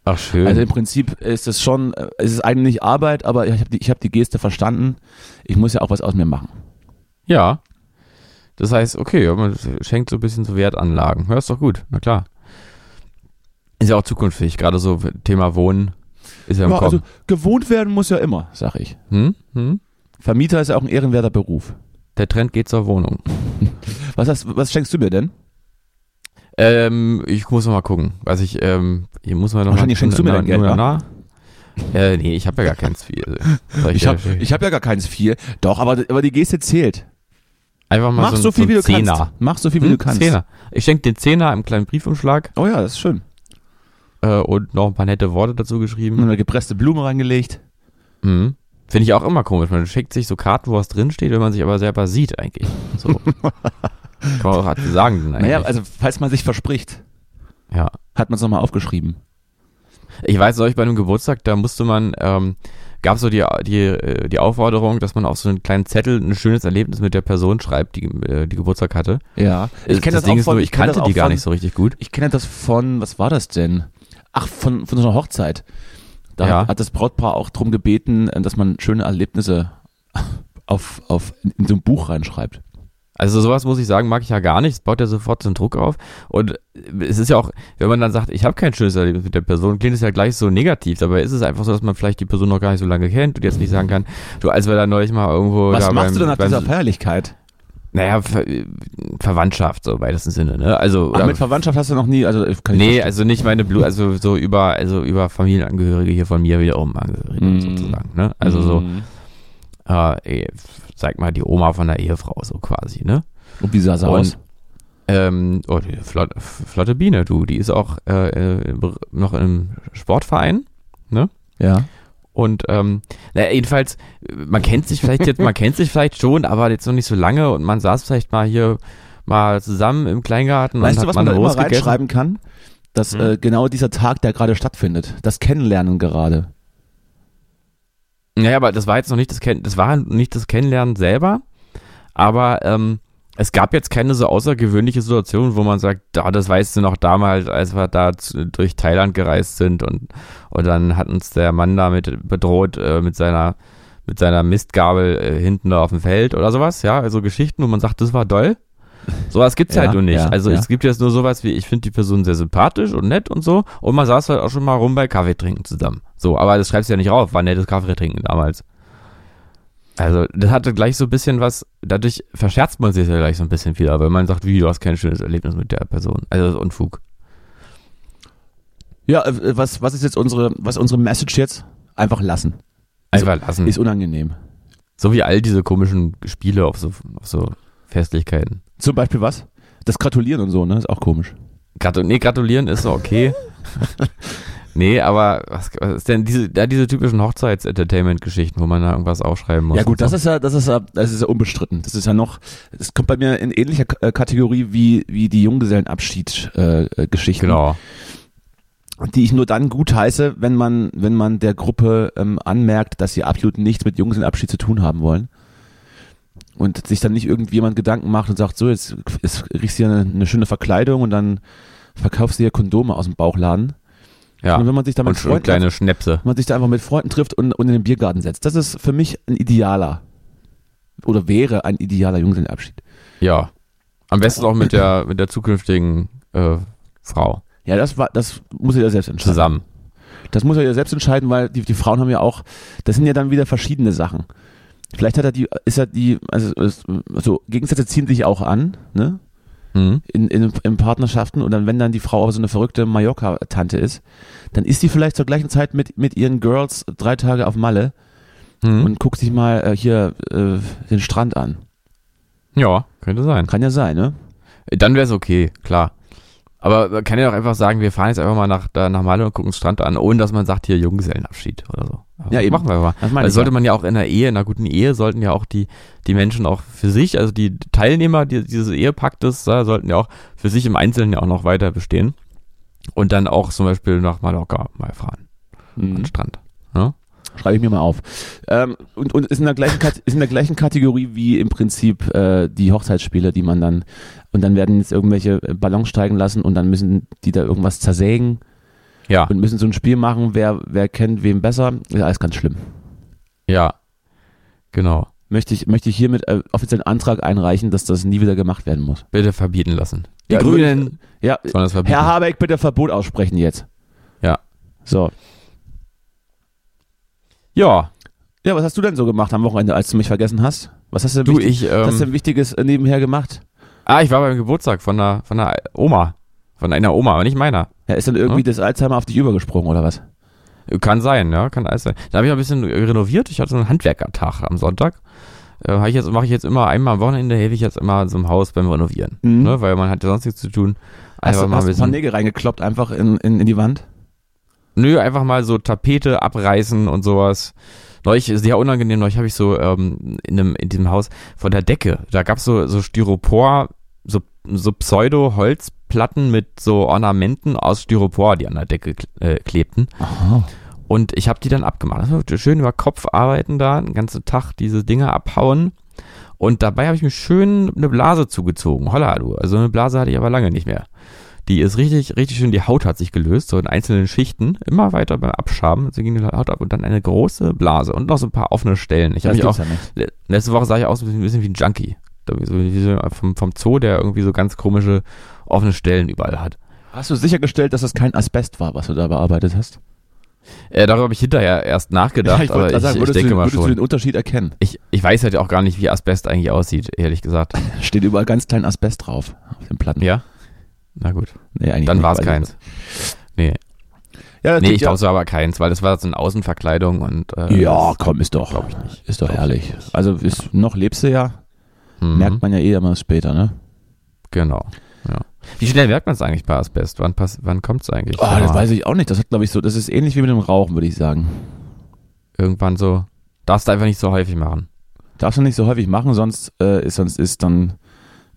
[SPEAKER 3] Ach schön.
[SPEAKER 2] Also im Prinzip ist es schon, äh, es ist eigentlich Arbeit, aber ich habe die, ich hab die Geste verstanden. Ich muss ja auch was aus mir machen.
[SPEAKER 3] ja. Das heißt, okay, ja, man schenkt so ein bisschen so Wertanlagen. Ja, ist doch gut, na klar. Ist ja auch zukunftsfähig, gerade so Thema Wohnen ist ja im
[SPEAKER 2] Ja, also
[SPEAKER 3] Kommen.
[SPEAKER 2] gewohnt werden muss ja immer, sag ich.
[SPEAKER 3] hm? Hm?
[SPEAKER 2] Vermieter ist ja auch ein ehrenwerter Beruf.
[SPEAKER 3] Der Trend geht zur Wohnung.
[SPEAKER 2] Was, hast, was schenkst du mir denn?
[SPEAKER 3] Ähm, ich muss noch mal gucken. Also ich, ähm, hier muss man noch
[SPEAKER 2] Wahrscheinlich
[SPEAKER 3] mal,
[SPEAKER 2] schenkst du mir
[SPEAKER 3] na-
[SPEAKER 2] dein Geld,
[SPEAKER 3] na- na- Äh, nee, ich habe ja gar keins viel. Also, soll
[SPEAKER 2] Ich habe
[SPEAKER 3] dir-
[SPEAKER 2] ich hab ja gar keins viel. Doch, aber, aber die Geste zählt.
[SPEAKER 3] einfach mal
[SPEAKER 2] Mach
[SPEAKER 3] so,
[SPEAKER 2] so,
[SPEAKER 3] ein-
[SPEAKER 2] viel,
[SPEAKER 3] so
[SPEAKER 2] wie
[SPEAKER 3] ein
[SPEAKER 2] du
[SPEAKER 3] Zehner.
[SPEAKER 2] kannst. Mach so viel, wie
[SPEAKER 3] Hm?
[SPEAKER 2] du kannst.
[SPEAKER 3] Zehner. Ich schenke den Zehner im kleinen Briefumschlag
[SPEAKER 2] Oh ja, das ist schön.
[SPEAKER 3] äh, und noch ein paar nette Worte dazu geschrieben.
[SPEAKER 2] Und eine gepresste Blume reingelegt.
[SPEAKER 3] Mhm. Finde ich auch immer komisch. Man schickt sich so Karten, wo was drinsteht, wenn man sich aber selber sieht eigentlich. So.
[SPEAKER 2] *laughs*
[SPEAKER 3] Kann man auch hart sagen denn eigentlich.
[SPEAKER 2] Naja, also falls man sich verspricht,
[SPEAKER 3] ja.
[SPEAKER 2] hat man es nochmal aufgeschrieben.
[SPEAKER 3] Ich weiß, euch bei einem Geburtstag, da musste man, ähm, gab es so die, die, äh, die Aufforderung, dass man auf so einen kleinen Zettel ein schönes Erlebnis mit der Person schreibt, die, äh, die Geburtstag hatte.
[SPEAKER 2] Ja. Ich kenne das,
[SPEAKER 3] Ding
[SPEAKER 2] auch
[SPEAKER 3] ist
[SPEAKER 2] von,
[SPEAKER 3] nur, ich
[SPEAKER 2] kenn
[SPEAKER 3] kannte
[SPEAKER 2] das auch
[SPEAKER 3] die gar
[SPEAKER 2] von,
[SPEAKER 3] nicht so richtig gut.
[SPEAKER 2] Ich kenne das von, was war das denn? Ach, von, von so einer Hochzeit. Da
[SPEAKER 3] Ja.
[SPEAKER 2] hat das Brautpaar auch drum gebeten, äh, dass man schöne Erlebnisse *laughs* auf, auf, in so ein Buch reinschreibt.
[SPEAKER 3] Also sowas muss ich sagen, mag ich ja gar nicht. Es baut ja sofort so einen Druck auf. Und äh, es ist ja auch, wenn man dann sagt, ich habe kein schönes Erlebnis mit der Person, klingt es ja gleich so negativ. Dabei ist es einfach so, dass man vielleicht die Person noch gar nicht so lange kennt und jetzt nicht sagen kann, du, als wir da neulich mal irgendwo
[SPEAKER 2] was
[SPEAKER 3] da
[SPEAKER 2] machst
[SPEAKER 3] beim,
[SPEAKER 2] du denn nach
[SPEAKER 3] beim,
[SPEAKER 2] dieser Feierlichkeit?
[SPEAKER 3] Naja, Ver Verwandtschaft, so im weitesten Sinne, ne? Also,
[SPEAKER 2] Ach, mit Verwandtschaft hast du noch nie, also äh, kann ich
[SPEAKER 3] nee, also nicht meine Blu, also so über, also über Familienangehörige hier von mir wiederum Angehörige
[SPEAKER 2] Mm.
[SPEAKER 3] sozusagen,
[SPEAKER 2] verstehen.
[SPEAKER 3] ne? Also so,
[SPEAKER 2] Mhm.
[SPEAKER 3] äh, eh, sag mal, die Oma von der Ehefrau, so quasi, ne?
[SPEAKER 2] Und wie sah es
[SPEAKER 3] Und-
[SPEAKER 2] aus?
[SPEAKER 3] Ähm, oh, die flott, flotte Biene, du. Die ist auch äh, äh, noch im Sportverein.
[SPEAKER 2] Ja.
[SPEAKER 3] Und ähm, naja, jedenfalls, man kennt sich vielleicht jetzt, man kennt sich vielleicht schon, aber jetzt noch nicht so lange und man saß vielleicht mal hier mal zusammen im Kleingarten
[SPEAKER 2] Weißt
[SPEAKER 3] und
[SPEAKER 2] du,
[SPEAKER 3] hat
[SPEAKER 2] was
[SPEAKER 3] mal
[SPEAKER 2] man da
[SPEAKER 3] eine
[SPEAKER 2] immer
[SPEAKER 3] Wurst gegessen.
[SPEAKER 2] reinschreiben kann? Dass
[SPEAKER 3] Hm?
[SPEAKER 2] äh, genau dieser Tag, der gerade stattfindet, das Kennenlernen gerade.
[SPEAKER 3] Naja, aber das war jetzt noch nicht das Kennen, das war nicht das Kennenlernen selber, aber ähm, es gab jetzt keine so außergewöhnliche Situation, wo man sagt, da, das weißt du noch damals, als wir da zu, durch Thailand gereist sind und, und dann hat uns der Mann damit bedroht äh, mit seiner mit seiner Mistgabel äh, hinten da auf dem Feld oder sowas, ja, also Geschichten, wo man sagt, das war doll. Sowas gibt's
[SPEAKER 2] Ja,
[SPEAKER 3] halt nur nicht.
[SPEAKER 2] ja,
[SPEAKER 3] also
[SPEAKER 2] ja.
[SPEAKER 3] es gibt jetzt nur sowas wie, ich finde die Person sehr sympathisch und nett und so. Und man saß halt auch schon mal rum bei Kaffee trinken zusammen. So, aber das schreibst du ja nicht rauf, war nettes Kaffee trinken damals. Also, das hatte gleich so ein bisschen was, dadurch verscherzt man sich ja gleich so ein bisschen wieder, weil man sagt, wie, du hast kein schönes Erlebnis mit der Person. Also, das ist Unfug.
[SPEAKER 2] Ja, äh, was, was ist jetzt unsere, was ist unsere Message jetzt? Einfach lassen. Also,
[SPEAKER 3] Einfach lassen.
[SPEAKER 2] Ist unangenehm.
[SPEAKER 3] so wie all diese komischen Spiele auf so, auf so Festlichkeiten.
[SPEAKER 2] Zum Beispiel was? Das Gratulieren und so, ne? Ist auch komisch.
[SPEAKER 3] Gratu nee, gratulieren ist so
[SPEAKER 2] *laughs*
[SPEAKER 3] okay. nee, aber was, was ist denn diese, ja, diese typischen Hochzeits-Entertainment-Geschichten, wo man da irgendwas aufschreiben muss?
[SPEAKER 2] Ja gut,
[SPEAKER 3] und
[SPEAKER 2] das
[SPEAKER 3] so.
[SPEAKER 2] ist ja, das ist ja, das ist ja unbestritten. Das ist ja noch, es kommt bei mir in ähnlicher K- äh, Kategorie wie, wie die Junggesellenabschied-Geschichten, äh, Geschichten,
[SPEAKER 3] Genau.
[SPEAKER 2] die ich nur dann gut heiße, wenn man, wenn man der Gruppe ähm, anmerkt, dass sie absolut nichts mit Junggesellenabschied zu tun haben wollen. Und sich dann nicht irgendjemand Gedanken macht und sagt, so, jetzt, jetzt kriegst du hier eine, eine schöne Verkleidung und dann verkaufst du hier Kondome aus dem Bauchladen.
[SPEAKER 3] Ja.
[SPEAKER 2] Und wenn man sich damit
[SPEAKER 3] Und schon kleine Schnäpse.
[SPEAKER 2] man sich da einfach mit Freunden trifft und, und in den Biergarten setzt. Das ist für mich ein idealer oder wäre ein idealer Junggesellenabschied.
[SPEAKER 3] Ja. Am besten auch mit der, mit der zukünftigen äh, Frau
[SPEAKER 2] Ja, das war, das muss er ja selbst entscheiden.
[SPEAKER 3] zusammen.
[SPEAKER 2] Das muss er ja selbst entscheiden, weil die, die Frauen haben ja auch, das sind ja dann wieder verschiedene Sachen. Vielleicht hat er die, ist er die, also, es- also Gegensätze ziehen sich auch an, ne?
[SPEAKER 3] Mhm.
[SPEAKER 2] In, in, in Partnerschaften und dann, wenn dann die Frau aber so eine verrückte Mallorca-Tante ist, dann ist die vielleicht zur gleichen Zeit mit, mit ihren Girls drei Tage auf Malle
[SPEAKER 3] Mhm.
[SPEAKER 2] und guckt sich mal äh, hier äh, den Strand an.
[SPEAKER 3] ja, könnte sein.
[SPEAKER 2] Kann ja sein, ne?
[SPEAKER 3] Dann wäre es okay, klar. Aber man kann ja auch einfach sagen, wir fahren jetzt einfach mal nach, da nach Malle und gucken uns Strand an, ohne dass man sagt, hier Junggesellenabschied oder so. Aber
[SPEAKER 2] Ja, eben.
[SPEAKER 3] Machen wir mal.
[SPEAKER 2] Das meine
[SPEAKER 3] Weil
[SPEAKER 2] ich
[SPEAKER 3] Also sollte
[SPEAKER 2] ja.
[SPEAKER 3] man ja auch in einer Ehe, in einer guten Ehe, sollten ja auch die, die Menschen auch für sich, also die Teilnehmer die, dieses Ehepaktes, da sollten ja auch für sich im Einzelnen ja auch noch weiter bestehen. Und dann auch zum Beispiel nach Mallorca mal fahren, an
[SPEAKER 2] Mhm.
[SPEAKER 3] den Strand.
[SPEAKER 2] Schreibe ich mir mal auf. Ähm, und, und ist in der gleichen Kat- ist in der gleichen Kategorie wie im Prinzip äh, die Hochzeitsspiele, die man dann und dann werden jetzt irgendwelche äh, Ballons steigen lassen und dann müssen die da irgendwas zersägen
[SPEAKER 3] Ja,
[SPEAKER 2] und müssen so ein Spiel machen, wer wer kennt wem besser. Ist alles ganz schlimm.
[SPEAKER 3] ja. Genau.
[SPEAKER 2] äh,
[SPEAKER 3] Bitte verbieten lassen. Die
[SPEAKER 2] Ja,
[SPEAKER 3] Grünen
[SPEAKER 2] Ja,
[SPEAKER 3] sollen das verbieten.
[SPEAKER 2] Herr Habeck, bitte Verbot aussprechen jetzt.
[SPEAKER 3] Ja.
[SPEAKER 2] So.
[SPEAKER 3] ja,
[SPEAKER 2] Ja, was hast du denn so gemacht am Wochenende, als du mich vergessen hast? Was hast du denn,
[SPEAKER 3] du,
[SPEAKER 2] wichtig-
[SPEAKER 3] ich. Ähm,
[SPEAKER 2] was hast du denn Wichtiges äh, nebenher gemacht?
[SPEAKER 3] Ah, ich war beim Geburtstag von einer, von einer Oma. Von einer Oma, aber nicht meiner.
[SPEAKER 2] Ja, ist dann irgendwie das Alzheimer auf dich übergesprungen oder was?
[SPEAKER 3] Kann sein, ja, kann alles sein. Da habe ich ein bisschen renoviert. Ich hatte so einen Handwerkertag am Sonntag. Äh, hab ich jetzt mache ich jetzt immer einmal am Wochenende helfe ich jetzt immer so im Haus beim Renovieren,
[SPEAKER 2] Mhm.
[SPEAKER 3] ne, weil man hat ja sonst nichts zu tun.
[SPEAKER 2] Hast du
[SPEAKER 3] Einfach mal ein
[SPEAKER 2] hast ein paar
[SPEAKER 3] bisschen,
[SPEAKER 2] Nägel reingekloppt einfach in, in, in die Wand?
[SPEAKER 3] nö, einfach mal so Tapete abreißen und sowas. Neulich ist ja unangenehm. Neulich habe ich so ähm, in dem in diesem Haus von der Decke, da gab's so so Styropor, so so Pseudo Holzplatten mit so Ornamenten aus Styropor, die an der Decke kle- äh, klebten.
[SPEAKER 2] Aha.
[SPEAKER 3] Und ich habe die dann abgemacht. Also schön über Kopf arbeiten da, den ganzen Tag diese Dinger abhauen. Und dabei habe ich mir schön eine Blase zugezogen. Holla, du. Also eine Blase hatte ich aber lange nicht mehr. Die ist richtig, richtig schön, die Haut hat sich gelöst, so in einzelnen Schichten, immer weiter beim Abschaben. So ging die Haut ab und dann eine große Blase und noch so ein paar offene Stellen. Ich habe mich auch,
[SPEAKER 2] ja nicht.
[SPEAKER 3] le- letzte Woche sah ich aus ein bisschen wie ein Junkie. Da wie So, wie so vom, vom Zoo, der irgendwie so ganz komische offene Stellen überall hat.
[SPEAKER 2] Hast du sichergestellt, dass das kein Asbest war, was du da bearbeitet
[SPEAKER 3] *laughs*
[SPEAKER 2] hast?
[SPEAKER 3] Äh, darüber habe ich hinterher
[SPEAKER 2] *laughs*
[SPEAKER 3] erst nachgedacht,
[SPEAKER 2] ich
[SPEAKER 3] aber
[SPEAKER 2] wollte gerade
[SPEAKER 3] ich,
[SPEAKER 2] sagen,
[SPEAKER 3] ich
[SPEAKER 2] würdest,
[SPEAKER 3] denke
[SPEAKER 2] du,
[SPEAKER 3] mal
[SPEAKER 2] würdest
[SPEAKER 3] schon.
[SPEAKER 2] du den Unterschied erkennen?
[SPEAKER 3] Ich, ich weiß halt auch gar nicht, wie Asbest eigentlich aussieht, ehrlich gesagt.
[SPEAKER 2] Steht überall ganz klein Asbest drauf auf den Platten.
[SPEAKER 3] Ja? Na gut,
[SPEAKER 2] Nee, eigentlich
[SPEAKER 3] dann
[SPEAKER 2] nicht,
[SPEAKER 3] war es
[SPEAKER 2] weil-
[SPEAKER 3] keins. Nee,
[SPEAKER 2] Ja, das
[SPEAKER 3] nee ich
[SPEAKER 2] liegt ja-
[SPEAKER 3] glaube, es war aber keins, weil das war so eine Außenverkleidung und. Äh,
[SPEAKER 2] Ja,
[SPEAKER 3] das-
[SPEAKER 2] komm, ist doch.
[SPEAKER 3] glaub ich nicht.
[SPEAKER 2] Ist doch herrlich. Also ist, noch lebst du ja,
[SPEAKER 3] Mhm,
[SPEAKER 2] merkt man ja eh immer später, ne?
[SPEAKER 3] Genau. Ja. Wie schnell merkt man es eigentlich bei Asbest? Wann, pass- wann kommt es eigentlich?
[SPEAKER 2] Oh, das weiß ich auch nicht. Das hat, glaube ich, so, das ist ähnlich wie mit dem Rauchen, würde ich sagen.
[SPEAKER 3] Irgendwann so. Darfst du einfach nicht so häufig machen.
[SPEAKER 2] Darfst du nicht so häufig machen, sonst äh, ist, sonst ist dann,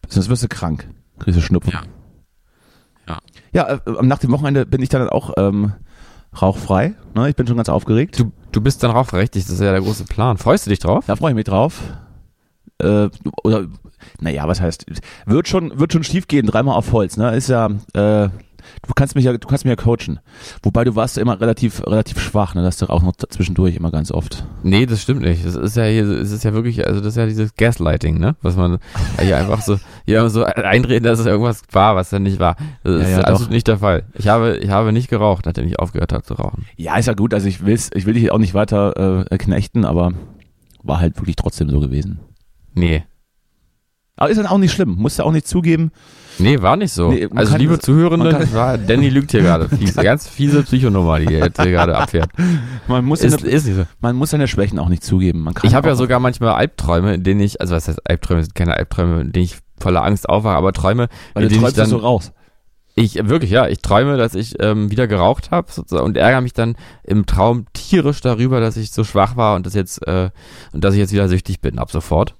[SPEAKER 2] sonst wirst du krank. Kriegst du Schnupfen.
[SPEAKER 3] Ja. Ja.
[SPEAKER 2] Ja, äh, nach dem Wochenende bin ich dann auch ähm, rauchfrei. Ne? Ich bin schon ganz aufgeregt.
[SPEAKER 3] Du, du bist dann rauchberechtigt, das ist ja der große Plan. Freust du dich drauf?
[SPEAKER 2] Da freue ich mich drauf. Äh, oder, naja, was heißt, wird schon, wird schon schief gehen, dreimal auf Holz, ne? Ist ja, äh, du kannst mich ja, du kannst mich ja coachen. Wobei du warst ja immer relativ, relativ schwach, ne? Das ist doch auch noch zwischendurch immer ganz oft.
[SPEAKER 3] Nee, das stimmt nicht. Das ist ja hier, es ist ja wirklich, also das ist ja dieses Gaslighting, ne? Was man
[SPEAKER 2] *laughs*
[SPEAKER 3] hier einfach so, hier so einreden, dass es irgendwas war, was dann nicht war. Das
[SPEAKER 2] Ja,
[SPEAKER 3] ist
[SPEAKER 2] ja,
[SPEAKER 3] absolut
[SPEAKER 2] doch.
[SPEAKER 3] nicht der Fall. Ich habe, ich habe nicht geraucht, nachdem ich aufgehört habe zu rauchen.
[SPEAKER 2] Ja, ist ja gut, also ich will's, ich will dich auch nicht weiter äh, knechten, aber
[SPEAKER 4] war halt wirklich trotzdem so gewesen.
[SPEAKER 3] Nee.
[SPEAKER 2] Aber ist dann auch nicht schlimm, musst du auch nicht zugeben.
[SPEAKER 3] Nee, war nicht so.
[SPEAKER 2] Nee, man
[SPEAKER 3] also,
[SPEAKER 2] kann
[SPEAKER 3] liebe
[SPEAKER 2] das-
[SPEAKER 3] Zuhörenden,
[SPEAKER 2] man kann-
[SPEAKER 3] *laughs* war, Danny lügt hier gerade.
[SPEAKER 2] *laughs*
[SPEAKER 3] Fies, ganz fiese Psychonummer, die er jetzt hier gerade abfährt.
[SPEAKER 2] Man muss,
[SPEAKER 3] Ist,
[SPEAKER 2] seine,
[SPEAKER 3] ist nicht so.
[SPEAKER 2] man muss seine Schwächen auch nicht zugeben. Man kann
[SPEAKER 3] Ich habe ja
[SPEAKER 2] auch-
[SPEAKER 3] sogar manchmal Albträume, in denen ich, also was heißt Albträume, sind keine Albträume, in denen ich voller Angst aufwache, aber Träume,
[SPEAKER 2] weil
[SPEAKER 3] in
[SPEAKER 2] du
[SPEAKER 3] denen ich
[SPEAKER 2] träumst
[SPEAKER 3] dann,
[SPEAKER 2] so raus.
[SPEAKER 3] ich wirklich, ja, ich träume, dass ich ähm, wieder geraucht habe sozusagen und ärgere mich dann im Traum tierisch darüber, dass ich so schwach war und das jetzt äh, und dass ich jetzt wieder süchtig bin ab sofort.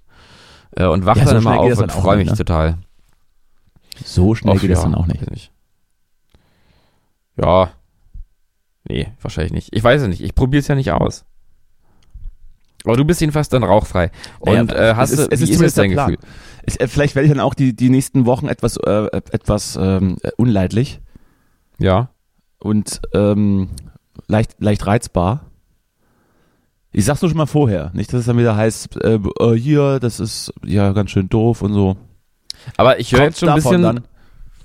[SPEAKER 3] Äh, und wach
[SPEAKER 2] Ja, so
[SPEAKER 3] dann immer
[SPEAKER 2] schnell geht
[SPEAKER 3] auf
[SPEAKER 2] das
[SPEAKER 3] und
[SPEAKER 2] dann auch
[SPEAKER 3] freue
[SPEAKER 2] nicht,
[SPEAKER 3] mich
[SPEAKER 2] ne?
[SPEAKER 3] total.
[SPEAKER 4] So schnell
[SPEAKER 3] Oft,
[SPEAKER 4] geht das
[SPEAKER 3] ja,
[SPEAKER 4] dann auch nicht.
[SPEAKER 3] weiß Ja. Nee, wahrscheinlich nicht. Ich weiß es nicht. Ich probiere es ja nicht aus. Aber du bist jedenfalls dann rauchfrei.
[SPEAKER 2] Naja,
[SPEAKER 3] Und äh, hast
[SPEAKER 2] es
[SPEAKER 3] du,
[SPEAKER 2] ist- es
[SPEAKER 3] wie
[SPEAKER 2] ist
[SPEAKER 3] ist
[SPEAKER 2] zumindest
[SPEAKER 3] jetzt dein
[SPEAKER 2] der Plan.
[SPEAKER 3] Gefühl?
[SPEAKER 2] Ich, äh, vielleicht werde ich dann auch die, die nächsten Wochen etwas, äh, etwas ähm, äh, unleidlich
[SPEAKER 3] Ja.
[SPEAKER 2] und ähm, leicht, leicht reizbar. Ich sag's nur schon mal vorher, nicht, dass es dann wieder heißt, äh, äh, hier, das ist ja ganz schön doof und so.
[SPEAKER 3] Aber ich höre
[SPEAKER 2] Kommt's
[SPEAKER 3] jetzt schon ein
[SPEAKER 2] davon
[SPEAKER 3] bisschen,
[SPEAKER 2] dann?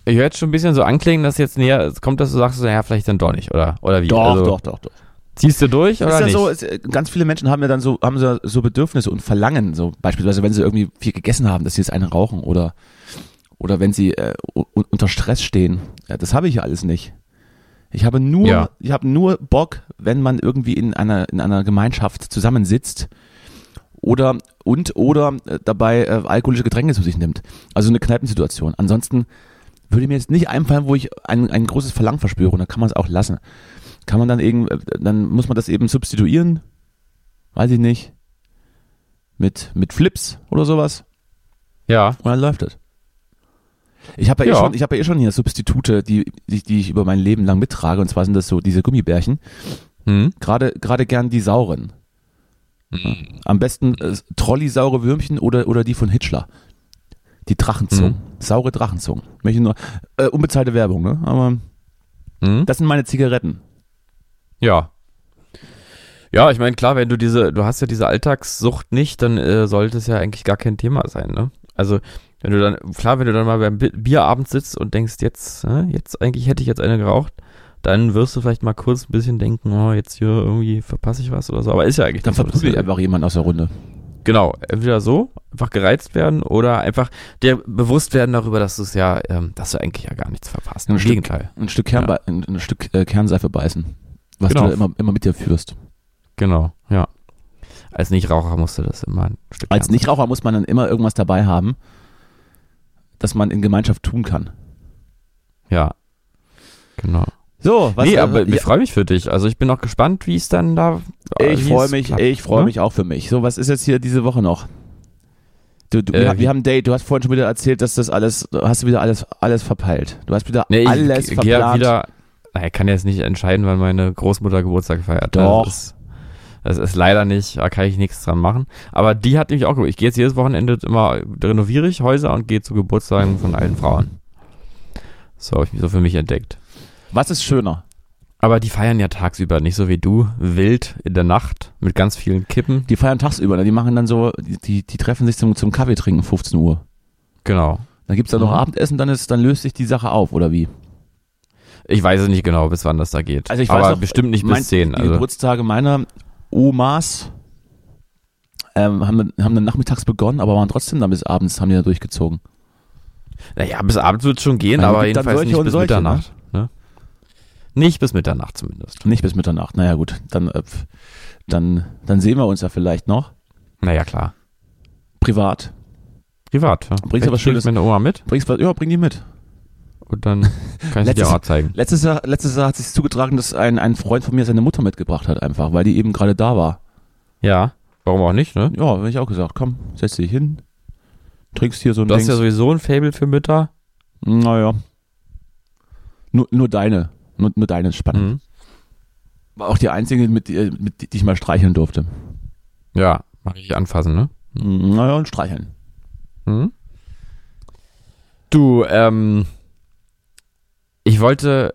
[SPEAKER 3] ich höre jetzt schon ein bisschen so anklingen, dass jetzt näher es kommt, dass du sagst, naja, vielleicht dann doch nicht, oder? Oder wie?
[SPEAKER 2] Doch,
[SPEAKER 3] also,
[SPEAKER 2] doch, doch, doch.
[SPEAKER 3] Ziehst du durch
[SPEAKER 2] ist
[SPEAKER 3] oder
[SPEAKER 2] ja
[SPEAKER 3] nicht?
[SPEAKER 2] so, es, äh, ganz viele Menschen haben ja dann so, haben so, so Bedürfnisse und Verlangen, so beispielsweise, wenn sie irgendwie viel gegessen haben, dass sie jetzt einen rauchen oder, oder wenn sie äh, u- unter Stress stehen. Ja, das habe ich ja alles nicht. Ich habe nur,
[SPEAKER 3] Ja.
[SPEAKER 2] ich habe nur Bock, wenn man irgendwie in einer, in einer Gemeinschaft zusammensitzt oder und oder äh, dabei äh, alkoholische Getränke zu sich nimmt. Also eine Kneipensituation. Ansonsten würde mir jetzt nicht einfallen, wo ich ein, ein großes Verlangen verspüre und dann kann man es auch lassen. Kann man dann eben, äh, dann muss man das eben substituieren, weiß ich nicht, mit, mit Flips oder sowas
[SPEAKER 3] ja.
[SPEAKER 2] und dann läuft das. Ich habe ja, eh
[SPEAKER 3] Ja.
[SPEAKER 2] schon, ich habe ja eh schon hier Substitute, die, die, die ich über mein Leben lang mittrage und zwar sind das so diese Gummibärchen,
[SPEAKER 3] Hm?
[SPEAKER 2] gerade gerade gern die sauren. Am besten äh, Trolley-saure Würmchen oder, oder die von Hitchler. Die Drachenzungen. Saure Drachenzungen. Möchte nur, äh, unbezahlte Werbung, ne? Aber
[SPEAKER 3] Hm?
[SPEAKER 2] das sind meine Zigaretten.
[SPEAKER 3] Ja. Ja, ich meine, klar, wenn du diese, du hast ja diese Alltagssucht nicht, dann äh, sollte es ja eigentlich gar kein Thema sein, ne? Also, wenn du dann, klar, wenn du dann mal beim Bi- Bierabend sitzt und denkst, jetzt, äh, jetzt eigentlich hätte ich jetzt eine geraucht, dann wirst du vielleicht mal kurz ein bisschen denken, oh, jetzt hier irgendwie verpasse ich was oder so, aber ist ja eigentlich
[SPEAKER 2] Dann
[SPEAKER 3] nicht so, dass
[SPEAKER 2] verprügelt
[SPEAKER 3] du-
[SPEAKER 2] einfach jemand aus der Runde.
[SPEAKER 3] Genau, entweder so, einfach gereizt werden oder einfach dir bewusst werden darüber, dass du es ja, ähm, dass du eigentlich ja gar nichts verpasst.
[SPEAKER 2] Ein
[SPEAKER 3] Im
[SPEAKER 2] Stück-
[SPEAKER 3] Gegenteil.
[SPEAKER 2] Ein Stück, Kern, ein, ein Stück äh, Kernseife beißen. Was
[SPEAKER 3] Genau.
[SPEAKER 2] du da immer, immer mit dir führst.
[SPEAKER 3] Genau, ja. Als Nichtraucher musst du das immer ein Stück
[SPEAKER 2] Als
[SPEAKER 3] ernster
[SPEAKER 2] Nichtraucher muss man dann immer irgendwas dabei haben, das man in Gemeinschaft tun kann.
[SPEAKER 3] Ja. Genau.
[SPEAKER 2] So, was
[SPEAKER 3] nee,
[SPEAKER 2] äh,
[SPEAKER 3] aber ich
[SPEAKER 2] ja,
[SPEAKER 3] freue mich für dich. Also ich bin auch gespannt, wie es dann da.
[SPEAKER 2] ich
[SPEAKER 3] wie
[SPEAKER 2] freue
[SPEAKER 3] es
[SPEAKER 2] mich,
[SPEAKER 3] klappt,
[SPEAKER 2] ich freue
[SPEAKER 3] äh, ne?
[SPEAKER 2] mich auch für mich. So, was ist jetzt hier diese Woche noch? Du, du, wir,
[SPEAKER 3] Äh,
[SPEAKER 2] ha- wir haben ein Date, du hast vorhin schon wieder erzählt, dass das alles, du hast wieder alles, alles verpeilt. Du hast wieder
[SPEAKER 3] Nee, ich
[SPEAKER 2] alles
[SPEAKER 3] geh- geh ja
[SPEAKER 2] verplant.
[SPEAKER 3] wieder. Na, ich kann jetzt nicht entscheiden, wann meine Großmutter Geburtstag feiert.
[SPEAKER 2] Doch.
[SPEAKER 3] Das ist, das ist leider nicht, da kann ich nichts dran machen. Aber die hat nämlich auch Geburtstag. Ich gehe jetzt jedes Wochenende immer, renoviere ich Häuser und gehe zu Geburtstagen von alten Frauen. So habe ich mich so für mich entdeckt.
[SPEAKER 2] Was ist schöner?
[SPEAKER 3] Aber die feiern ja tagsüber, nicht so wie du, wild in der Nacht mit ganz vielen Kippen.
[SPEAKER 2] Die feiern tagsüber, ne? die machen dann so, die, die, die treffen sich zum, zum Kaffee trinken, 15 Uhr.
[SPEAKER 3] Genau.
[SPEAKER 2] Dann gibt's dann noch
[SPEAKER 3] Mhm.
[SPEAKER 2] Abendessen, dann, ist, dann löst sich die Sache auf, oder wie?
[SPEAKER 3] Ich weiß es nicht genau, bis wann das da geht.
[SPEAKER 2] Also ich
[SPEAKER 3] Aber
[SPEAKER 2] weiß noch,
[SPEAKER 3] bestimmt nicht
[SPEAKER 2] mein-
[SPEAKER 3] bis 10.
[SPEAKER 2] Die
[SPEAKER 3] Also.
[SPEAKER 2] Geburtstage meiner Omas ähm, haben, dann- haben dann nachmittags begonnen, aber waren trotzdem dann bis abends, haben die da durchgezogen.
[SPEAKER 3] Naja, bis abends wird es schon gehen,
[SPEAKER 2] Weil es gibt
[SPEAKER 3] aber
[SPEAKER 2] dann
[SPEAKER 3] jedenfalls
[SPEAKER 2] solche
[SPEAKER 3] nicht
[SPEAKER 2] und
[SPEAKER 3] bis
[SPEAKER 2] solche,
[SPEAKER 3] Mitternacht. Ne? Nicht bis Mitternacht zumindest.
[SPEAKER 2] Nicht bis Mitternacht, naja gut, dann, äh, pf, dann, dann sehen wir uns ja vielleicht noch.
[SPEAKER 3] Naja, klar.
[SPEAKER 2] Privat.
[SPEAKER 3] Privat. Ja.
[SPEAKER 2] Bringst du was
[SPEAKER 3] Vielleicht
[SPEAKER 2] Schönes-
[SPEAKER 3] bringt meine Oma mit
[SPEAKER 2] Bringst was, ja, bring die mit.
[SPEAKER 3] und *laughs* dann kann ich sie dir
[SPEAKER 2] Letztes-
[SPEAKER 3] auch zeigen.
[SPEAKER 2] Letztes Jahr, letztes Jahr hat sich zugetragen, dass ein, ein Freund von mir seine Mutter mitgebracht hat, einfach, weil die eben gerade da war.
[SPEAKER 3] Ja, warum auch nicht, ne?
[SPEAKER 2] Ja, habe ich auch gesagt, komm, setz dich hin, trinkst hier so ein
[SPEAKER 3] Du hast
[SPEAKER 2] Dings.
[SPEAKER 3] ja sowieso ein Fable für Mütter.
[SPEAKER 2] Naja. Nur, nur deine. Nur, nur deine ist spannend.
[SPEAKER 3] Mhm.
[SPEAKER 2] War auch die einzige, mit, die- mit die- die ich mal streicheln durfte.
[SPEAKER 3] Ja, mag ich anfassen, ne?
[SPEAKER 2] Naja, und streicheln.
[SPEAKER 3] Mhm. Du, ähm, ich wollte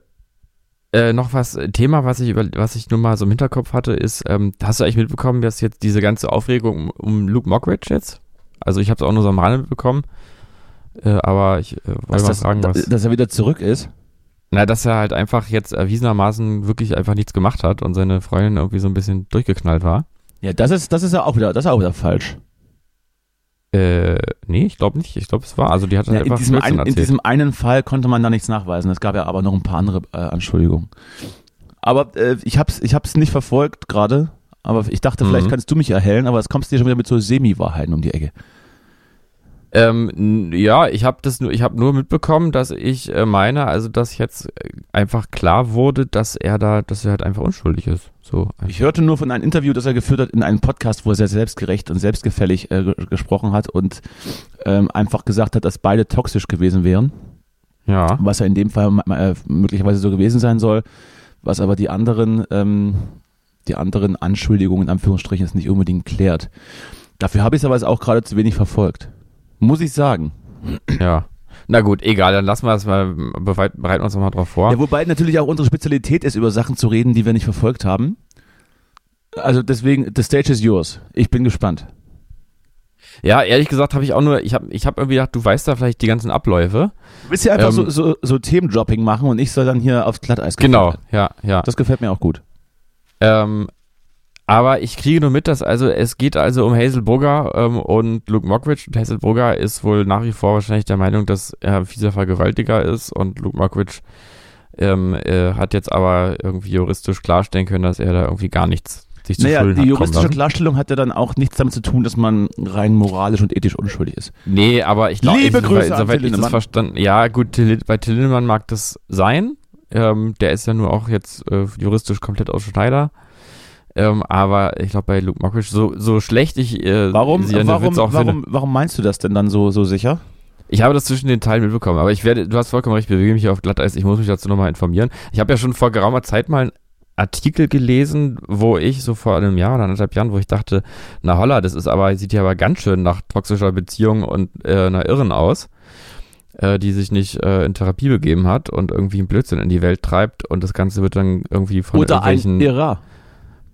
[SPEAKER 3] äh, noch was, Thema, was ich über, was ich nur mal so im Hinterkopf hatte, ist, ähm, hast du eigentlich mitbekommen, dass jetzt diese ganze Aufregung um, um Luke Mockridge jetzt? Also ich habe es auch nur so am Rande mitbekommen, äh, aber ich äh, wollte mal
[SPEAKER 2] das,
[SPEAKER 3] fragen,
[SPEAKER 2] da-
[SPEAKER 3] was.
[SPEAKER 4] äh,
[SPEAKER 2] dass er wieder zurück ist.
[SPEAKER 3] Na, dass er halt einfach jetzt erwiesenermaßen wirklich einfach nichts gemacht hat und seine Freundin irgendwie so ein bisschen durchgeknallt war.
[SPEAKER 4] Ja, das ist, das ist ja auch wieder, das ist auch wieder falsch.
[SPEAKER 3] Äh, nee, ich glaube nicht. Ich glaube, es war. Also die hat das
[SPEAKER 4] Ja, in,
[SPEAKER 3] einfach
[SPEAKER 4] diesem
[SPEAKER 3] Blödsinn
[SPEAKER 4] ein, in
[SPEAKER 3] erzählt.
[SPEAKER 4] diesem einen Fall konnte man da nichts nachweisen. Es gab ja aber noch ein paar andere äh, Anschuldigungen.
[SPEAKER 2] Aber äh, ich hab's, ich hab's nicht verfolgt gerade. Aber ich dachte, vielleicht
[SPEAKER 3] Mhm.
[SPEAKER 2] kannst du mich erhellen, aber es kommst du dir schon wieder mit so Semi-Wahrheiten um die Ecke.
[SPEAKER 3] Ähm, n- ja, ich habe das nur, ich habe nur mitbekommen, dass ich äh, meine, also dass jetzt äh, einfach klar wurde, dass er da, dass er halt einfach unschuldig ist. So.
[SPEAKER 2] Ich hörte nur von einem Interview, das er geführt hat in einem Podcast, wo er sehr selbstgerecht und selbstgefällig äh, ge- gesprochen hat und ähm, einfach gesagt hat, dass beide toxisch gewesen wären,
[SPEAKER 3] Ja.
[SPEAKER 2] was ja in dem Fall äh, möglicherweise so gewesen sein soll, was aber die anderen, ähm, die anderen Anschuldigungen in Anführungsstrichen jetzt nicht unbedingt klärt. Dafür habe ich es aber jetzt auch gerade zu wenig verfolgt. Muss ich sagen.
[SPEAKER 3] Ja. Na gut, egal, dann lassen wir das mal, bereit- bereiten uns nochmal drauf vor.
[SPEAKER 2] Ja, wobei natürlich auch unsere Spezialität ist, über Sachen zu reden, die wir nicht verfolgt haben. Also deswegen, the stage is yours. Ich bin gespannt.
[SPEAKER 3] Ja, ehrlich gesagt habe ich auch nur, ich habe ich hab irgendwie gedacht, du weißt da vielleicht die ganzen Abläufe.
[SPEAKER 2] Willst du einfach
[SPEAKER 3] Ähm,
[SPEAKER 2] so, so, so Themendropping machen und ich soll dann hier aufs Glatteis geführt
[SPEAKER 3] Genau,
[SPEAKER 2] werden?
[SPEAKER 3] ja, ja.
[SPEAKER 2] Das gefällt mir auch gut.
[SPEAKER 3] Ähm, aber ich kriege nur mit, dass also es geht also um Hazel Brugger ähm, und Luke Mockridge. Und Hazel Brugger ist wohl nach wie vor wahrscheinlich der Meinung, dass er ein fieser Vergewaltiger ist und Luke Mockridge ähm, äh, hat jetzt aber irgendwie juristisch klarstellen können, dass er da irgendwie gar nichts sich zu
[SPEAKER 2] Naja,
[SPEAKER 3] Schulden
[SPEAKER 2] die
[SPEAKER 3] hat kommen
[SPEAKER 2] juristische
[SPEAKER 3] lassen.
[SPEAKER 2] Klarstellung hat ja dann auch nichts damit zu tun, dass man rein moralisch und ethisch unschuldig ist.
[SPEAKER 3] Nee, aber ich glaube,
[SPEAKER 2] Liebe Grüße an Till
[SPEAKER 3] soweit ich das
[SPEAKER 2] Lindemann.
[SPEAKER 3] verstanden. Ja, gut, Till, bei Till Lindemann mag das sein. Ähm, der ist ja nur auch jetzt äh, juristisch komplett aus Schneider. Ähm, aber ich glaube, bei Luke Mockridge, so, so schlecht ich äh,
[SPEAKER 2] Warum,
[SPEAKER 3] sie an den
[SPEAKER 2] warum,
[SPEAKER 3] Witz auch finde.
[SPEAKER 2] warum, warum meinst du das denn dann so, so sicher?
[SPEAKER 3] Ich habe das zwischen den Teilen mitbekommen, aber ich werde, du hast vollkommen recht, ich bewege mich hier auf Glatteis, ich muss mich dazu nochmal informieren. Ich habe ja schon vor geraumer Zeit mal einen Artikel gelesen, wo ich so vor einem Jahr oder anderthalb Jahren, wo ich dachte, na holla, das ist aber, sieht ja aber ganz schön nach toxischer Beziehung und äh, einer Irren aus, äh, die sich nicht äh, in Therapie begeben hat und irgendwie einen Blödsinn in die Welt treibt und das Ganze wird dann irgendwie von
[SPEAKER 2] Oder ein
[SPEAKER 3] irgendwelchen
[SPEAKER 2] Irrer.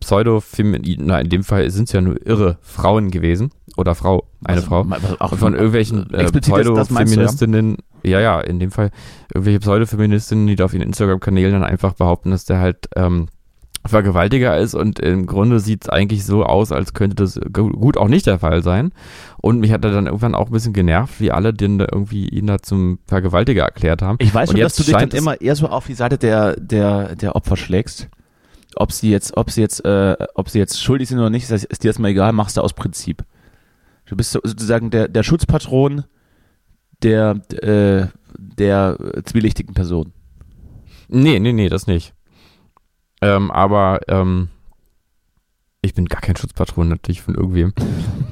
[SPEAKER 3] Pseudo-Femininen, na in dem Fall sind es ja nur irre Frauen gewesen oder Frau, eine
[SPEAKER 2] Also,
[SPEAKER 3] Frau.
[SPEAKER 2] ma- was- Auch
[SPEAKER 3] Und von irgendwelchen äh,
[SPEAKER 2] explizit ist das meinst du, ja?
[SPEAKER 3] Pseudo-Feministinnen, ja? ja, in dem Fall, irgendwelche Pseudo-Feministinnen, die da auf ihren Instagram-Kanälen dann einfach behaupten, dass der halt ähm, Vergewaltiger ist und im Grunde sieht es eigentlich so aus, als könnte das gu- gut auch nicht der Fall sein. Und mich hat er dann irgendwann auch ein bisschen genervt, wie alle den da irgendwie ihn da zum Vergewaltiger erklärt haben.
[SPEAKER 2] Ich weiß
[SPEAKER 3] Und
[SPEAKER 2] schon, dass
[SPEAKER 3] jetzt
[SPEAKER 2] du dich dann
[SPEAKER 3] scheint es-
[SPEAKER 2] immer eher so auf die Seite der, der, der Opfer schlägst. Ob sie jetzt, ob sie jetzt, äh, ob sie jetzt schuldig sind oder nicht, ist, ist dir erstmal egal, machst du aus Prinzip. Du bist so- sozusagen der, der Schutzpatron der, äh, der äh, zwielichtigen Person.
[SPEAKER 3] Nee, nee, nee, das nicht. Ähm, aber ähm, ich bin gar kein Schutzpatron natürlich
[SPEAKER 2] *laughs*
[SPEAKER 3] von irgendwem.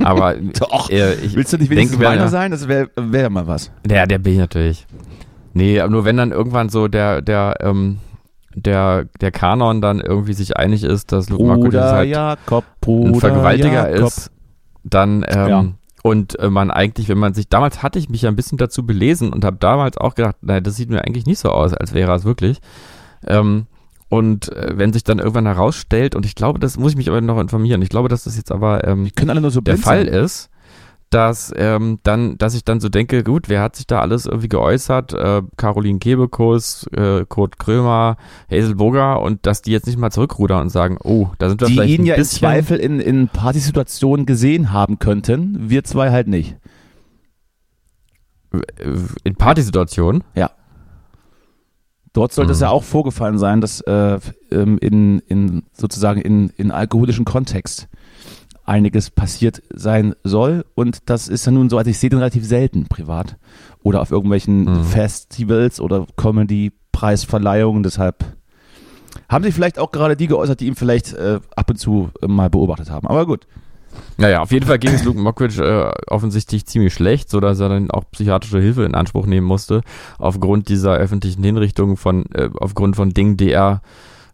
[SPEAKER 3] Aber
[SPEAKER 2] Doch.
[SPEAKER 3] äh, ich,
[SPEAKER 2] Willst du nicht wenigstens
[SPEAKER 3] wenigstens
[SPEAKER 2] meiner
[SPEAKER 3] meiner
[SPEAKER 2] sein? Das wäre wär mal was.
[SPEAKER 3] Ja, der bin ich natürlich. Nee, aber nur wenn dann irgendwann so der, der, ähm, der, der Kanon dann irgendwie sich einig ist, dass Luke Mockridge ist halt
[SPEAKER 2] Jakob,
[SPEAKER 3] ein
[SPEAKER 2] Bruder
[SPEAKER 3] Vergewaltiger
[SPEAKER 2] Jakob.
[SPEAKER 3] ist, dann, ähm,
[SPEAKER 2] Ja.
[SPEAKER 3] und äh, man eigentlich, wenn man sich, damals hatte ich mich ja ein bisschen dazu belesen und habe damals auch gedacht, naja, das sieht mir eigentlich nicht so aus, als wäre er es wirklich. Ähm, und äh, wenn sich dann irgendwann herausstellt, und ich glaube, das muss ich mich aber noch informieren, ich glaube, dass das jetzt aber ähm,
[SPEAKER 2] Können alle nur so
[SPEAKER 3] der
[SPEAKER 2] blind
[SPEAKER 3] Fall
[SPEAKER 2] sein.
[SPEAKER 3] ist, dass ähm, dann, dass ich dann so denke, gut, wer hat sich da alles irgendwie geäußert? Äh, Caroline Kebekus, äh, Kurt Krömer, Hazel Burger und dass die jetzt nicht mal zurückrudern und sagen, oh, da sind wir
[SPEAKER 2] die
[SPEAKER 3] vielleicht
[SPEAKER 2] ihn
[SPEAKER 3] ein
[SPEAKER 2] ja im
[SPEAKER 3] bisschen.
[SPEAKER 2] Zweifel in, in Partysituationen gesehen haben könnten, wir zwei halt nicht.
[SPEAKER 3] in Partysituationen.
[SPEAKER 2] Dort sollte es
[SPEAKER 3] Mhm.
[SPEAKER 2] ja auch vorgefallen sein, dass äh, ähm, in, in sozusagen in, in alkoholischem Kontext einiges passiert sein soll. Und das ist ja nun, soweit ich sehe, dann relativ selten privat. Oder auf irgendwelchen
[SPEAKER 3] Mhm.
[SPEAKER 2] Festivals oder Comedy-Preisverleihungen. Deshalb haben sich vielleicht auch gerade die geäußert, die ihn vielleicht äh, ab und zu äh, mal beobachtet haben. Aber gut.
[SPEAKER 3] Naja, auf jeden Fall ging es Luke Mockridge äh, offensichtlich ziemlich schlecht, so dass er dann auch psychiatrische Hilfe in Anspruch nehmen musste, aufgrund dieser öffentlichen Hinrichtungen von, äh, aufgrund von Dingen, die er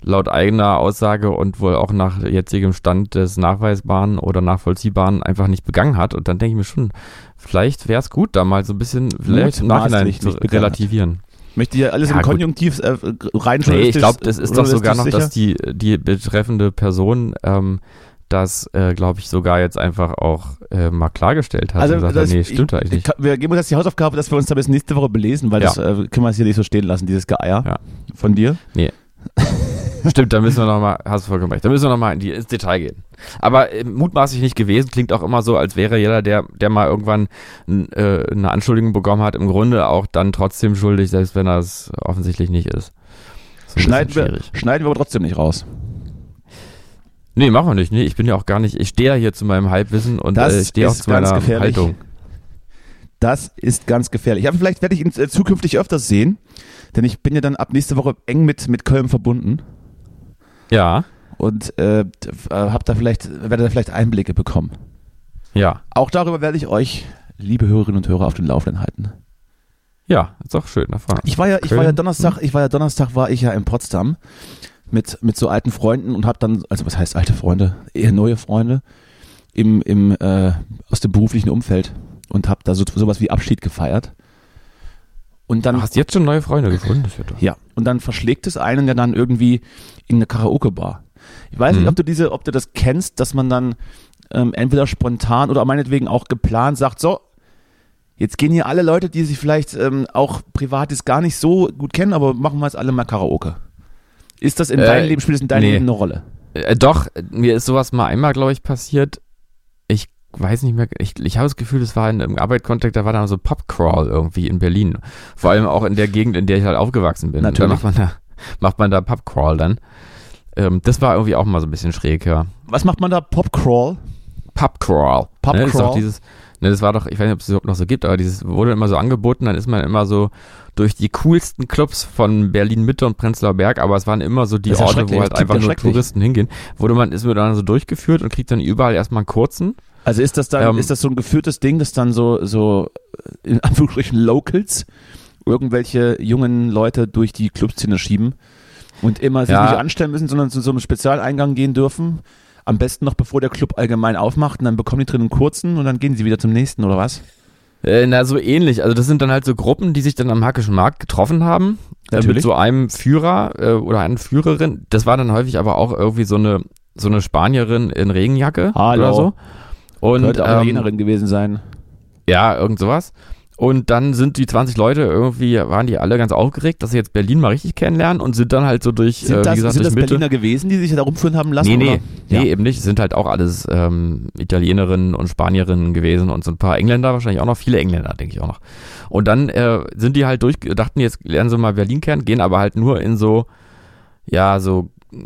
[SPEAKER 3] laut eigener Aussage und wohl auch nach jetzigem Stand des Nachweisbaren oder Nachvollziehbaren einfach nicht begangen hat. Und dann denke ich mir schon, vielleicht wäre es gut, da mal so ein bisschen vielleicht im Nachhinein
[SPEAKER 2] Mutmaßlich
[SPEAKER 3] zu
[SPEAKER 2] nicht begangen hat.
[SPEAKER 3] relativieren.
[SPEAKER 2] Möchte hier alles
[SPEAKER 3] Ja,
[SPEAKER 2] im
[SPEAKER 3] gut.
[SPEAKER 2] Konjunktiv äh, rein
[SPEAKER 3] Nee, ich glaube, das
[SPEAKER 2] das
[SPEAKER 3] ist doch sogar noch, dass die, die betreffende Person ähm, das, äh, glaube ich, sogar jetzt einfach auch äh, mal klargestellt hat.
[SPEAKER 2] Also,
[SPEAKER 3] und gesagt
[SPEAKER 2] das-
[SPEAKER 3] hat, nee, stimmt eigentlich
[SPEAKER 2] Ich,
[SPEAKER 3] nicht.
[SPEAKER 2] kann- wir geben uns jetzt die Hausaufgabe, dass wir uns da bis nächste Woche belesen, weil
[SPEAKER 3] Ja.
[SPEAKER 2] das äh, können wir es hier nicht so stehen lassen, dieses Geier
[SPEAKER 3] Ja.
[SPEAKER 2] von dir.
[SPEAKER 3] Nee. Stimmt, da müssen wir nochmal, hast du vollkommen recht, da müssen wir nochmal ins Detail gehen. Aber äh, mutmaßlich nicht gewesen, klingt auch immer so, als wäre jeder, der, der mal irgendwann n- äh, eine Anschuldigung bekommen hat, im Grunde auch dann trotzdem schuldig, selbst wenn er es offensichtlich nicht ist. So ein
[SPEAKER 2] Schneiden
[SPEAKER 3] bisschen
[SPEAKER 2] wir,
[SPEAKER 3] schwierig.
[SPEAKER 2] schneiden wir aber trotzdem nicht raus.
[SPEAKER 3] Nee, machen wir nicht. Nee, ich bin ja auch gar nicht, ich stehe ja hier zu meinem Halbwissen und
[SPEAKER 2] Das
[SPEAKER 3] äh, ich stehe auch
[SPEAKER 2] ist
[SPEAKER 3] zu meiner
[SPEAKER 2] ganz gefährlich.
[SPEAKER 3] Haltung.
[SPEAKER 2] Das ist ganz gefährlich. Aber vielleicht werde ich ihn äh, zukünftig öfters sehen, denn ich bin ja dann ab nächste Woche eng mit, mit Köln verbunden
[SPEAKER 3] Ja,
[SPEAKER 2] und äh, d- äh, hab da vielleicht, werde da vielleicht Einblicke bekommen.
[SPEAKER 3] ja,
[SPEAKER 2] Auch darüber werde ich euch, liebe Hörerinnen und Hörer, auf den Laufenden halten.
[SPEAKER 3] ja, ist auch schön. Erfahren.
[SPEAKER 2] Ich war ja, ich war ja
[SPEAKER 3] Köln,
[SPEAKER 2] Donnerstag, ich war ja Donnerstag, war ich ja in Potsdam mit, mit so alten Freunden und hab dann, also was heißt alte Freunde, eher neue Freunde im, im, äh, aus dem beruflichen Umfeld und hab da so, sowas wie Abschied gefeiert. Und dann
[SPEAKER 3] Hast jetzt schon neue Freunde gefunden? Das wird doch.
[SPEAKER 2] Ja, und dann verschlägt es einen ja dann irgendwie in eine Karaoke-Bar. Ich weiß
[SPEAKER 3] Mhm.
[SPEAKER 2] nicht, ob du diese, ob du das kennst, dass man dann ähm, entweder spontan oder meinetwegen auch geplant sagt, so, jetzt gehen hier alle Leute, die sich vielleicht ähm, auch privat jetzt gar nicht so gut kennen, aber machen wir jetzt alle mal Karaoke. Ist das in
[SPEAKER 3] Äh,
[SPEAKER 2] deinem Leben, spielt das in deinem
[SPEAKER 3] nee.
[SPEAKER 2] Leben eine Rolle?
[SPEAKER 3] Äh, doch, äh, mir ist sowas mal einmal, glaube ich, passiert. Ich weiß nicht mehr, ich, ich habe das Gefühl, das war in einem Arbeitskontakt, da war dann so Popcrawl irgendwie in Berlin. Vor allem auch in der Gegend, in der ich halt aufgewachsen bin.
[SPEAKER 2] Natürlich.
[SPEAKER 3] Da macht man da, macht man da Popcrawl dann. Ähm, das war irgendwie auch mal so ein bisschen schräg, ja.
[SPEAKER 2] Was macht man da? Popcrawl?
[SPEAKER 3] Pubcrawl.
[SPEAKER 2] Pubcrawl?
[SPEAKER 3] Ne, ist doch dieses, ne, das war doch, ich weiß nicht, ob es überhaupt noch so gibt, aber dieses wurde immer so angeboten, dann ist man immer so durch die coolsten Clubs von Berlin Mitte und Prenzlauer Berg, aber es waren immer so die
[SPEAKER 2] Das ist ja
[SPEAKER 3] Orte,
[SPEAKER 2] schrecklich,
[SPEAKER 3] wo halt
[SPEAKER 2] das klingt
[SPEAKER 3] einfach
[SPEAKER 2] ja
[SPEAKER 3] nur
[SPEAKER 2] schrecklich.
[SPEAKER 3] Touristen hingehen, wurde man, ist man dann so durchgeführt und kriegt dann überall erstmal einen kurzen.
[SPEAKER 2] Also ist das dann,
[SPEAKER 3] Ähm,
[SPEAKER 2] ist das so ein geführtes Ding, dass dann so, so äh, in *laughs* Anführungsstrichen Locals irgendwelche jungen Leute durch die Clubszene schieben und immer sich
[SPEAKER 3] Ja.
[SPEAKER 2] nicht anstellen müssen, sondern zu so einem Spezialeingang gehen dürfen? Am besten noch bevor der Club allgemein aufmacht und dann bekommen die drin einen kurzen und dann gehen sie wieder zum nächsten oder was?
[SPEAKER 3] Äh, na, so ähnlich. Also das sind dann halt so Gruppen, die sich dann am Hackischen Markt getroffen haben. Äh, mit
[SPEAKER 2] Natürlich.
[SPEAKER 3] so einem Führer äh, oder einer Führerin. Das war dann häufig aber auch irgendwie so eine, so eine Spanierin in Regenjacke
[SPEAKER 2] Hallo.
[SPEAKER 3] oder so. Und,
[SPEAKER 2] Könnte auch
[SPEAKER 3] ähm,
[SPEAKER 2] Italienerin gewesen sein.
[SPEAKER 3] Ja, irgend sowas. Und dann sind die 20 Leute irgendwie, waren die alle ganz aufgeregt, dass sie jetzt Berlin mal richtig kennenlernen und sind dann halt so durch,
[SPEAKER 2] Sind
[SPEAKER 3] äh,
[SPEAKER 2] das,
[SPEAKER 3] wie gesagt,
[SPEAKER 2] sind
[SPEAKER 3] durch
[SPEAKER 2] das
[SPEAKER 3] Mitte.
[SPEAKER 2] Berliner gewesen, die sich da rumführen haben lassen?
[SPEAKER 3] nee, nee,
[SPEAKER 2] oder?
[SPEAKER 3] nee,
[SPEAKER 2] Ja.
[SPEAKER 3] eben nicht. Es sind halt auch alles ähm, Italienerinnen und Spanierinnen gewesen und so ein paar Engländer wahrscheinlich auch noch, viele Engländer, denke ich auch noch. Und dann äh, sind die halt durch, dachten, jetzt lernen sie mal Berlin kennen, gehen aber halt nur in so, ja, so äh,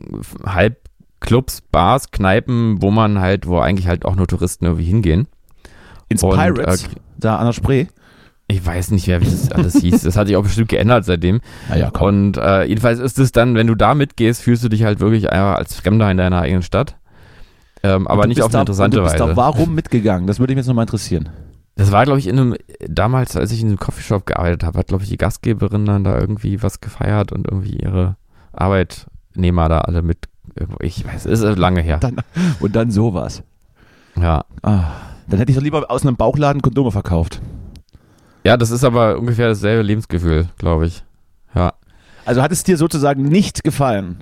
[SPEAKER 3] halb Clubs, Bars, Kneipen, wo man halt, wo eigentlich halt auch nur Touristen irgendwie hingehen.
[SPEAKER 2] Ins
[SPEAKER 3] Und,
[SPEAKER 2] Pirates,
[SPEAKER 3] äh,
[SPEAKER 2] da an der Spree.
[SPEAKER 3] Ich weiß nicht mehr, wie das alles hieß. Das hat sich auch bestimmt geändert seitdem.
[SPEAKER 2] Naja,
[SPEAKER 3] Und äh, jedenfalls ist es dann, wenn du da mitgehst, fühlst du dich halt wirklich einfach als Fremder in deiner eigenen Stadt. Ähm, aber
[SPEAKER 2] Du
[SPEAKER 3] nicht
[SPEAKER 2] bist
[SPEAKER 3] auf eine
[SPEAKER 2] da-
[SPEAKER 3] interessante
[SPEAKER 2] und du bist
[SPEAKER 3] Weise.
[SPEAKER 2] Da warum mitgegangen? Das würde mich jetzt nochmal interessieren.
[SPEAKER 3] das war, glaube ich, in einem, damals, als ich in einem Coffeeshop gearbeitet habe, hat, glaube ich, die Gastgeberin dann da irgendwie was gefeiert und irgendwie ihre Arbeitnehmer da alle mit. irgendwo- Ich weiß, es ist lange her.
[SPEAKER 2] Dann, und dann sowas.
[SPEAKER 3] Ja.
[SPEAKER 2] Ah, dann hätte ich doch lieber aus einem Bauchladen Kondome verkauft.
[SPEAKER 3] ja, das ist aber ungefähr dasselbe Lebensgefühl, glaube ich. Ja.
[SPEAKER 2] Also hat es dir sozusagen nicht gefallen?